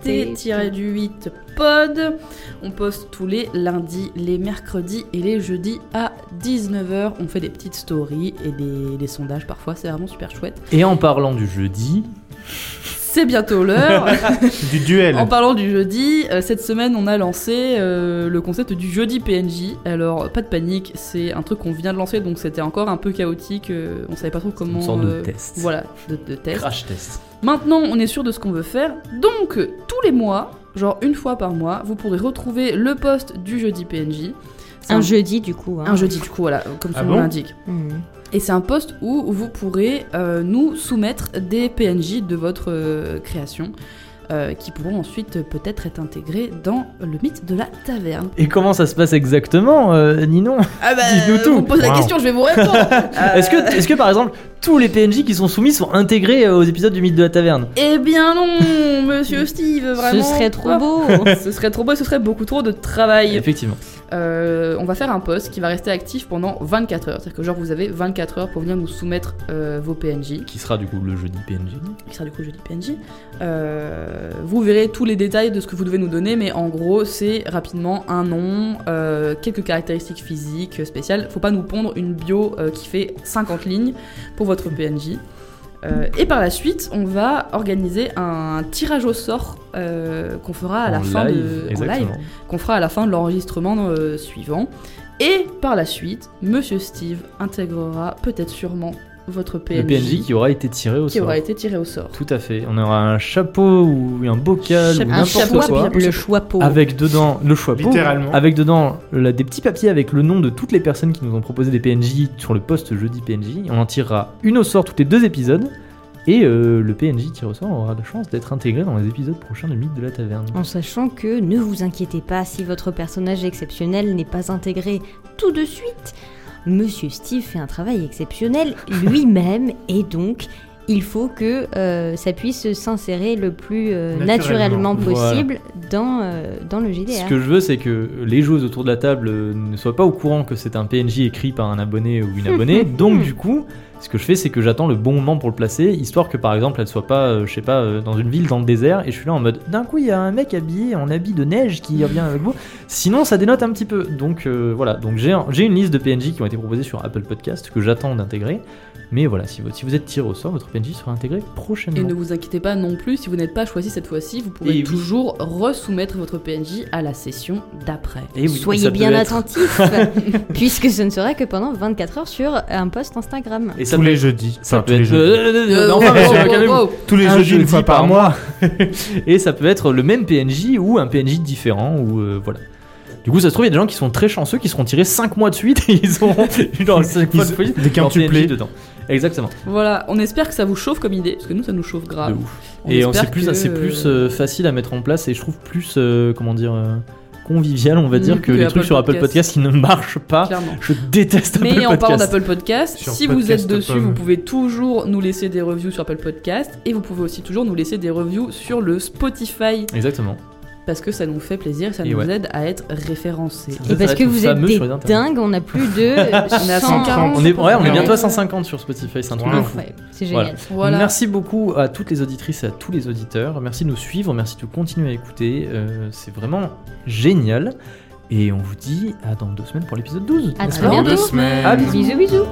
S3: lmdlt-du8 pod. On poste tous les lundis, les mercredis et les jeudis à 19h. On fait des petites stories et des, des sondages parfois, c'est vraiment super chouette.
S1: Et en parlant du jeudi,
S3: C'est bientôt l'heure.
S2: Du duel.
S3: En parlant du jeudi, euh, cette semaine on a lancé euh, le concept du jeudi PNJ. Alors pas de panique, c'est un truc qu'on vient de lancer donc c'était encore un peu chaotique, euh, on savait pas trop comment...
S1: une sorte de
S3: euh,
S1: test.
S3: Voilà, de, de test.
S1: Crash test.
S3: Maintenant, on est sûr de ce qu'on veut faire. Donc, tous les mois, genre une fois par mois, vous pourrez retrouver le poste du jeudi PNJ. C'est
S4: Un jeudi, du coup. hein.
S3: Un jeudi, du coup, voilà, comme son
S2: Ah
S3: nom
S2: bon
S3: l'indique.
S4: Mhm.
S3: Et c'est un poste où vous pourrez euh, nous soumettre des PNJ de votre euh, création. euh, qui pourront ensuite euh, peut-être être intégrés dans le mythe de la taverne.
S1: Et comment ça se passe exactement, euh, Ninon
S3: Ah bah,
S1: Dites-nous tout.
S3: on pose la
S2: Wow.
S3: question, je vais vous répondre. Euh,
S1: Est-ce que, est que par exemple tous les PNJ qui sont soumis sont intégrés euh, aux épisodes du mythe de la taverne
S3: Eh bien non, Monsieur Steve,
S4: Ce
S3: vraiment. Oh,
S4: serait trop beau.
S3: ce serait trop beau, ce serait beaucoup trop de travail.
S1: Effectivement.
S3: Euh, on va faire un post qui va rester actif pendant 24 heures. C'est-à-dire que genre vous avez 24 heures pour venir nous soumettre euh, vos PNJ,
S1: Qui sera du coup le jeudi PNJ
S3: qui sera du coup jeudi PNJ. Euh, vous verrez tous les détails de ce que vous devez nous donner, mais en gros c'est rapidement un nom, euh, quelques caractéristiques physiques euh, spéciales. Faut pas nous pondre une bio euh, qui fait 50 lignes pour votre PNJ. Euh, et par la suite, on va organiser un tirage au sort euh, qu'on fera à la
S1: En
S3: fin
S1: live,
S3: de en live
S1: exactement.
S3: qu'on fera à la fin de l'enregistrement euh, suivant. Et par la suite, Monsieur Steve intégrera peut-être sûrement votre PNJ,
S1: Le PNJ qui aura été tiré au
S3: qui
S1: sort.
S3: aura été tiré au sort.
S1: Tout à fait. On aura un chapeau ou un bocal
S3: Chapeau.
S1: ou
S3: Un chapeau,
S1: n'importe quoi.
S3: chapeau.
S4: Le choix
S1: Avec dedans le choix pauvre,
S2: Littéralement.
S1: Avec dedans la- des petits papiers avec le nom de toutes les personnes qui nous ont proposé des PNJ sur le poste jeudi PNJ. On en tirera une au sort tous les deux épisodes. Et euh, le PNJ tiré au sort aura la chance d'être intégré dans les épisodes prochains du mythe de la taverne.
S4: En sachant que ne vous inquiétez pas si votre personnage exceptionnel n'est pas intégré tout de suite. Monsieur Steve fait un travail exceptionnel lui-même et donc il faut que euh, ça puisse s'insérer le plus euh,
S2: Naturellement.
S4: naturellement possible dans, euh, dans le
S1: Ce
S4: GDR.
S1: que je veux, c'est que les joueuses autour de la table euh, ne soient pas au courant que c'est un PNJ écrit par un abonné ou une abonnée. Donc, du coup, ce que je fais, c'est que j'attends le bon moment pour le placer, histoire que par exemple, elle soit pas, euh, je sais pas, euh, dans une ville dans le désert, et je suis là en mode d'un coup, il y a un mec habillé en habit de neige qui revient avec vous. Sinon, ça dénote un petit peu. Donc, euh, voilà. Donc, j'ai un- j'ai une liste de PNJ qui ont été proposés sur Apple Podcast que j'attends d'intégrer. Mais voilà, si vous, si vous êtes tiré au sort, votre PNJ sera intégré prochainement.
S3: Et ne vous inquiétez pas non plus, si vous n'êtes pas choisi cette fois-ci, vous
S1: Et
S3: pourrez
S1: oui.
S3: toujours resoumettre votre PNJ à la session d'après.
S1: Et oui,
S4: Soyez
S1: ça peut
S4: bien
S1: être-
S4: attentifs, puisque ce ne sera que pendant 24 heures sur un post Instagram.
S1: Et ça
S2: Tous
S1: peut
S2: les
S1: être-
S2: jeudis.
S1: Ça
S2: Enfin,
S1: peut être. Euh, non,
S3: Euh, wow,
S1: enfin,
S3: wow,
S1: calmez-vous.
S3: wow, wow.
S2: Tous les
S1: un
S2: jeudis, une
S1: jeudi
S2: fois
S1: par
S2: par mois.
S1: Et ça peut être le même PNJ ou un PNJ différent ou euh, voilà. Du coup, ça se trouve, il y a des gens qui sont très chanceux, qui seront tirés 5 mois de suite et ils auront genre, cinq
S2: Ils-
S1: fois de suite,
S2: des
S1: leur
S2: quintuplés.
S1: PNJ dedans. Exactement.
S3: Voilà, on espère que ça vous chauffe comme idée, parce que nous ça nous chauffe grave.
S1: De ouf. et on-
S3: espère
S1: c'est plus,
S3: que,
S1: c'est plus
S3: euh,
S1: euh, facile à mettre en place et je trouve plus, euh, comment dire, euh, convivial, on va
S3: Mm,
S1: dire, que,
S3: que
S1: les
S3: Apple
S1: trucs sur Apple Podcast
S3: Podcast
S1: qui ne marchent pas.
S3: clairement.
S1: Je déteste Apple
S3: Mais en parlant
S1: Podcast.
S3: d'Apple Podcast,
S2: Sur
S3: si vous
S2: Podcast
S3: êtes dessus,
S2: Pomme.
S3: vous pouvez toujours nous laisser des reviews sur Apple Podcast et vous pouvez aussi toujours nous laisser des reviews sur le Spotify
S1: Exactement.
S3: parce que ça nous fait plaisir, ça
S1: Et
S3: nous
S1: ouais.
S3: aide à être référencés.
S1: Ça,
S4: Et
S1: ça
S4: parce
S1: va
S4: que
S1: être
S4: vous êtes
S1: fameux
S4: des
S1: sur les internets.
S4: dingues, on a plus de
S3: à
S4: 140.
S1: On est, ouais, on est
S2: Ouais.
S1: bientôt à 150 sur Spotify, c'est un truc de
S2: Wow.
S1: fou.
S4: Ouais, C'est génial.
S3: Voilà.
S1: Merci beaucoup à toutes les auditrices et à tous les auditeurs. Merci de nous suivre, merci de continuer à écouter. Euh, c'est vraiment génial. Et on vous dit à dans deux semaines pour l'épisode 12.
S4: À
S1: n'est-ce
S4: très
S1: pas
S4: bientôt.
S2: semaines.
S1: À bientôt.
S4: Bisous, bisous.